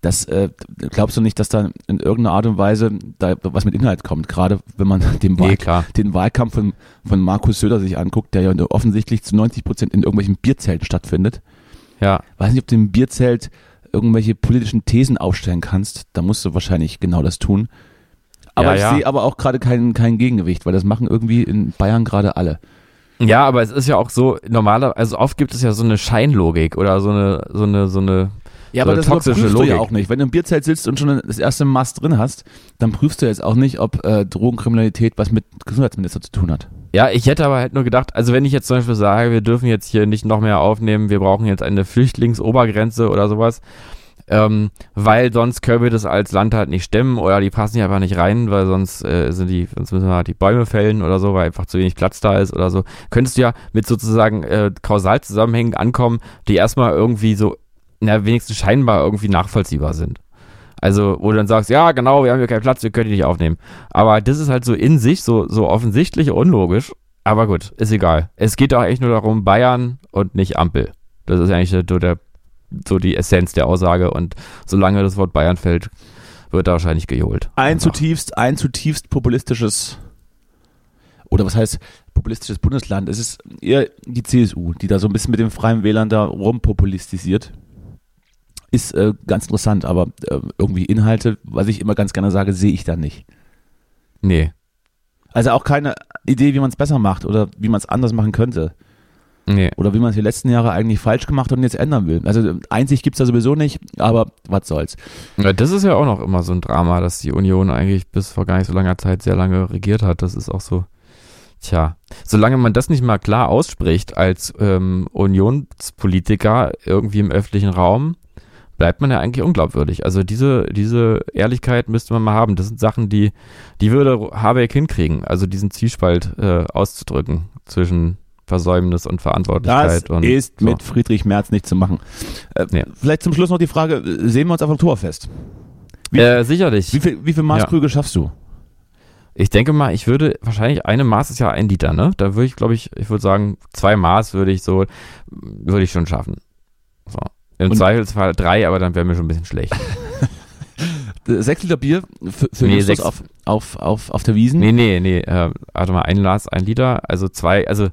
[SPEAKER 2] das äh, glaubst du nicht, dass da in irgendeiner Art und Weise da was mit Inhalt kommt, gerade wenn man *laughs* den,
[SPEAKER 3] Nee,
[SPEAKER 2] Wahl
[SPEAKER 3] klar.
[SPEAKER 2] den Wahlkampf von, von Markus Söder sich anguckt, der ja offensichtlich zu 90 Prozent in irgendwelchen Bierzelten stattfindet.
[SPEAKER 3] Ja.
[SPEAKER 2] Weiß nicht, ob du im Bierzelt irgendwelche politischen Thesen aufstellen kannst, da musst du wahrscheinlich genau das tun. Aber
[SPEAKER 3] Ja,
[SPEAKER 2] ich
[SPEAKER 3] ja.
[SPEAKER 2] sehe aber auch gerade kein, kein Gegengewicht, weil das machen irgendwie in Bayern gerade alle.
[SPEAKER 3] Ja, aber es ist ja auch so, normaler, also oft gibt es ja so eine Scheinlogik oder so eine, so eine, so eine,
[SPEAKER 2] Ja,
[SPEAKER 3] So
[SPEAKER 2] aber
[SPEAKER 3] eine
[SPEAKER 2] das
[SPEAKER 3] toxische
[SPEAKER 2] überprüfst du ja
[SPEAKER 3] Logik.
[SPEAKER 2] auch nicht. Wenn du im Bierzelt sitzt und schon das erste Maß drin hast, dann prüfst du jetzt auch nicht, ob äh, Drogenkriminalität was mit Gesundheitsminister zu tun hat.
[SPEAKER 3] ja, ich hätte aber halt nur gedacht, also wenn ich jetzt zum Beispiel sage, wir dürfen jetzt hier nicht noch mehr aufnehmen, wir brauchen jetzt eine Flüchtlingsobergrenze oder sowas, ähm, weil sonst können wir das als Land halt nicht stemmen oder die passen hier einfach nicht rein, weil sonst äh, sind die, sonst müssen wir halt die Bäume fällen oder so, weil einfach zu wenig Platz da ist oder so. Könntest du ja mit sozusagen äh, Kausalzusammenhängen ankommen, die erstmal irgendwie so, na, wenigstens scheinbar irgendwie nachvollziehbar sind. Also, wo du dann sagst, ja, genau, wir haben hier keinen Platz, wir können die nicht aufnehmen. Aber das ist halt so in sich so, so offensichtlich unlogisch. Aber gut, ist egal. Es geht doch echt nur darum, Bayern und nicht Ampel. Das ist eigentlich so, der, so die Essenz der Aussage. Und solange das Wort Bayern fällt, wird da wahrscheinlich geholt.
[SPEAKER 2] Ein
[SPEAKER 3] Einfach.
[SPEAKER 2] zutiefst, ein zutiefst populistisches oder was heißt populistisches Bundesland? Es ist eher die CSU, die da so ein bisschen mit den Freien Wählern da rumpopulistisiert. ist äh, ganz interessant, aber äh, irgendwie Inhalte, was ich immer ganz gerne sage, sehe ich da nicht.
[SPEAKER 3] Nee.
[SPEAKER 2] Also auch keine Idee, wie man es besser macht oder wie man es anders machen könnte.
[SPEAKER 3] Nee.
[SPEAKER 2] Oder wie man es die letzten Jahre eigentlich falsch gemacht hat und jetzt ändern will. Also einzig gibt es da sowieso nicht, aber was soll's.
[SPEAKER 3] Ja, das ist ja auch noch immer so ein Drama, dass die Union eigentlich bis vor gar nicht so langer Zeit sehr lange regiert hat. Das ist auch so. Tja, solange man das nicht mal klar ausspricht als ähm, Unionspolitiker irgendwie im öffentlichen Raum, bleibt man ja eigentlich unglaubwürdig. Also diese, diese Ehrlichkeit müsste man mal haben. Das sind Sachen, die, die würde Habeck hinkriegen, also diesen Zwiespalt äh, auszudrücken zwischen Versäumnis und
[SPEAKER 2] Das
[SPEAKER 3] Verantwortlichkeit. und
[SPEAKER 2] ist
[SPEAKER 3] so.
[SPEAKER 2] mit Friedrich Merz nicht zu machen. Äh,
[SPEAKER 3] Nee.
[SPEAKER 2] Vielleicht zum Schluss noch die Frage, äh, sehen wir uns auf dem Torfest? Wie-
[SPEAKER 3] äh, sicherlich.
[SPEAKER 2] Wie viel, wie viel Maßkrüge schaffst du?
[SPEAKER 3] Ich denke mal, ich würde wahrscheinlich eine Maß ist ja ein Liter, ne? Da würde ich, glaube ich, ich würde sagen, zwei Maß würde ich so, würde ich schon schaffen. So. Im
[SPEAKER 2] Und-
[SPEAKER 3] Zweifelsfall drei, aber dann wäre mir schon ein
[SPEAKER 2] *laughs*
[SPEAKER 3] bisschen schlecht.
[SPEAKER 2] Äh, Sechs Liter Bier für, für
[SPEAKER 3] Nee,
[SPEAKER 2] Justus
[SPEAKER 3] sechs-
[SPEAKER 2] auf, auf, auf, auf der Wiesen?
[SPEAKER 3] nee, nee, nee. Äh, warte mal, ein Maß, ein Liter, also zwei, also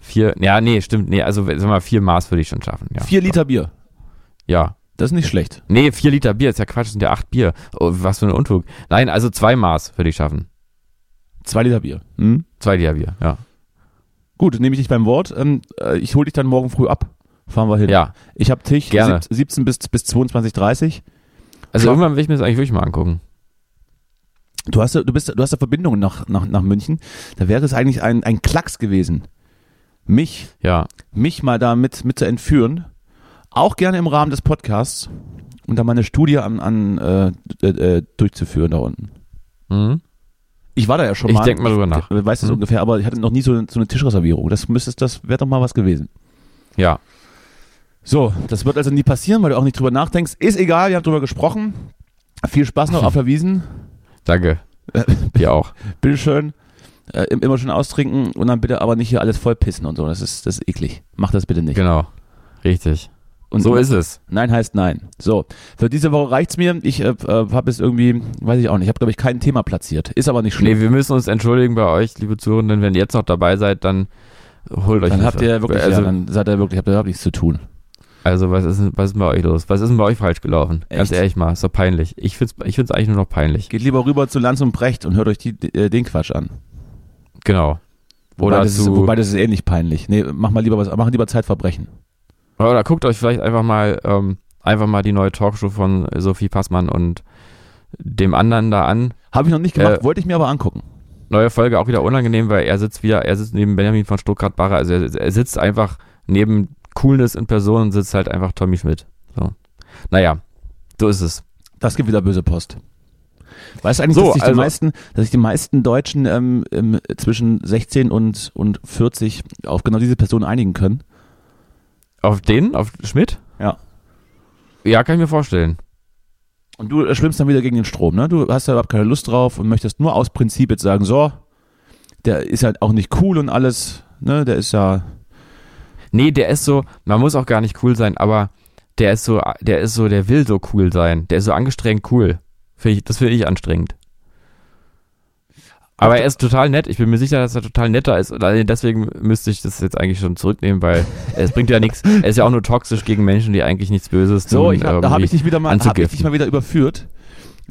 [SPEAKER 3] vier, ja, nee, stimmt, nee, also sag mal, vier Maß würde ich schon schaffen, ja.
[SPEAKER 2] Vier Liter Bier.
[SPEAKER 3] Ja.
[SPEAKER 2] Das ist nicht schlecht.
[SPEAKER 3] Nee, vier Liter Bier ist ja Quatsch, das sind ja acht Bier. Oh, was für ein Unfug. Nein, also zwei Maß würde ich schaffen.
[SPEAKER 2] Zwei Liter Bier. Hm?
[SPEAKER 3] Zwei Liter Bier, ja.
[SPEAKER 2] Gut, nehme ich dich beim Wort. Ähm, äh, ich hole dich dann morgen früh ab. Fahren wir hin.
[SPEAKER 3] Ja.
[SPEAKER 2] Ich habe Tisch
[SPEAKER 3] Gerne.
[SPEAKER 2] sieb- 17 bis, bis 22.30
[SPEAKER 3] Also
[SPEAKER 2] Schau-
[SPEAKER 3] irgendwann will ich mir das eigentlich wirklich mal angucken.
[SPEAKER 2] Du hast, ja- du, bist, du hast ja Verbindungen nach, nach, nach München. Da wäre es eigentlich ein, ein Klacks gewesen, mich,
[SPEAKER 3] Ja.
[SPEAKER 2] mich mal da mit, mit zu entführen. Auch gerne im Rahmen des Podcasts. Und da mal eine Studie an, an, äh, äh, äh, durchzuführen da unten.
[SPEAKER 3] Mhm.
[SPEAKER 2] Ich war da ja schon
[SPEAKER 3] Ich
[SPEAKER 2] mal. Äh,
[SPEAKER 3] denk mal drüber nach.
[SPEAKER 2] Ich weiß das
[SPEAKER 3] Mhm.
[SPEAKER 2] ungefähr, aber ich hatte noch nie so, so eine Tischreservierung. Das müsste, das wäre doch mal was gewesen.
[SPEAKER 3] Ja.
[SPEAKER 2] So, das wird also nie passieren, weil du auch nicht drüber nachdenkst. Ist egal, wir haben drüber gesprochen. Viel Spaß
[SPEAKER 3] *laughs*
[SPEAKER 2] noch auf der Wiesen. *laughs*
[SPEAKER 3] Danke. Dir auch.
[SPEAKER 2] Bitteschön. Äh, im- immer schön austrinken und dann bitte aber nicht hier alles voll pissen und so. Das ist, das ist eklig. Mach das bitte nicht.
[SPEAKER 3] Genau. Richtig.
[SPEAKER 2] Und
[SPEAKER 3] so ist es.
[SPEAKER 2] Nein heißt nein. So, für diese Woche reicht's mir. Ich äh, äh, habe es irgendwie, weiß ich auch nicht, ich habe, glaube ich, kein Thema platziert. Ist aber nicht schlimm.
[SPEAKER 3] Nee, wir müssen uns entschuldigen bei euch, liebe Zuhörenden. Wenn ihr jetzt noch dabei seid, dann holt euch
[SPEAKER 2] dann
[SPEAKER 3] Hilfe.
[SPEAKER 2] habt ihr wirklich,
[SPEAKER 3] also,
[SPEAKER 2] ja, dann seid ihr wirklich, habt ihr überhaupt nichts zu tun.
[SPEAKER 3] also was, ist, denn- was ist denn bei euch los? Was ist denn bei euch falsch gelaufen? Ganz
[SPEAKER 2] Echt?
[SPEAKER 3] ehrlich mal, ist doch peinlich. Ich find's, ich find's eigentlich nur noch peinlich.
[SPEAKER 2] Geht lieber rüber zu Lanz und Brecht und hört euch die, äh, den Quatsch an.
[SPEAKER 3] Genau.
[SPEAKER 2] wobei,
[SPEAKER 3] Oder
[SPEAKER 2] das ist,
[SPEAKER 3] zu,
[SPEAKER 2] wobei das ist ähnlich peinlich. Nee, mach mal lieber was, mach lieber Zeitverbrechen.
[SPEAKER 3] oder guckt euch vielleicht einfach mal, ähm, einfach mal die neue Talkshow von Sophie Passmann und dem anderen da an.
[SPEAKER 2] Habe ich noch nicht gemacht,
[SPEAKER 3] Äh,
[SPEAKER 2] wollte ich mir aber angucken.
[SPEAKER 3] Neue Folge auch wieder unangenehm, weil er sitzt wieder, er sitzt neben Benjamin von Stuttgart-Barre. Also er, er sitzt einfach neben Coolness in Person, sitzt halt einfach Tommy Schmidt. So. Naja, so ist es.
[SPEAKER 2] Das gibt wieder böse Post. Weißt du eigentlich,
[SPEAKER 3] So,
[SPEAKER 2] dass, sich die
[SPEAKER 3] also-
[SPEAKER 2] meisten, dass sich die meisten Deutschen ähm, ähm, zwischen 16 und, und 40 auf genau diese Person einigen können?
[SPEAKER 3] Auf den, auf Schmidt?
[SPEAKER 2] Ja.
[SPEAKER 3] Ja, kann ich mir vorstellen.
[SPEAKER 2] Und du äh, schwimmst dann wieder gegen den Strom, ne? Du hast da überhaupt keine Lust drauf und möchtest nur aus Prinzip jetzt sagen, so, der ist halt auch nicht cool und alles, ne? Der ist ja,
[SPEAKER 3] Nee, der ist so, man muss auch gar nicht cool sein, aber der ist so, der ist so, der will so cool sein. Der ist so angestrengt cool. Find ich, das finde ich anstrengend. Aber er ist total nett. Ich bin mir sicher, dass er total netter ist. Und allein deswegen müsste ich das jetzt eigentlich schon zurücknehmen,
[SPEAKER 2] *laughs*
[SPEAKER 3] weil es bringt ja nichts. Er ist ja auch nur toxisch gegen Menschen, die eigentlich nichts Böses tun. Ähm,
[SPEAKER 2] So, ich hab, da habe ich
[SPEAKER 3] irgendwie.
[SPEAKER 2] dich wieder mal, hab ich
[SPEAKER 3] anzugiften.
[SPEAKER 2] dich mal wieder überführt,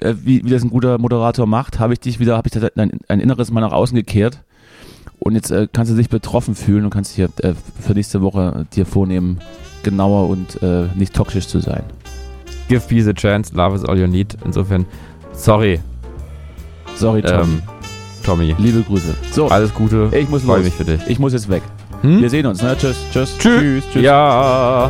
[SPEAKER 2] äh, wie, wie das ein guter Moderator macht. Habe ich dich wieder, habe ich da dein, dein Inneres mal nach außen gekehrt. Und jetzt äh, kannst du dich betroffen fühlen und kannst dir äh, für nächste Woche dir vornehmen, genauer und äh, nicht toxisch zu sein.
[SPEAKER 3] Give peace a chance. Love is all you need. Insofern, sorry,
[SPEAKER 2] Sorry, Tom.
[SPEAKER 3] ähm, Tommy.
[SPEAKER 2] Liebe Grüße. So,
[SPEAKER 3] Alles Gute.
[SPEAKER 2] ich muss
[SPEAKER 3] Freue
[SPEAKER 2] los.
[SPEAKER 3] mich für dich.
[SPEAKER 2] Ich muss jetzt weg.
[SPEAKER 3] Hm?
[SPEAKER 2] Wir sehen uns. Ne? Tschüss, tschüss, tschüss.
[SPEAKER 3] Tschüss.
[SPEAKER 2] tschüss.
[SPEAKER 3] Ja.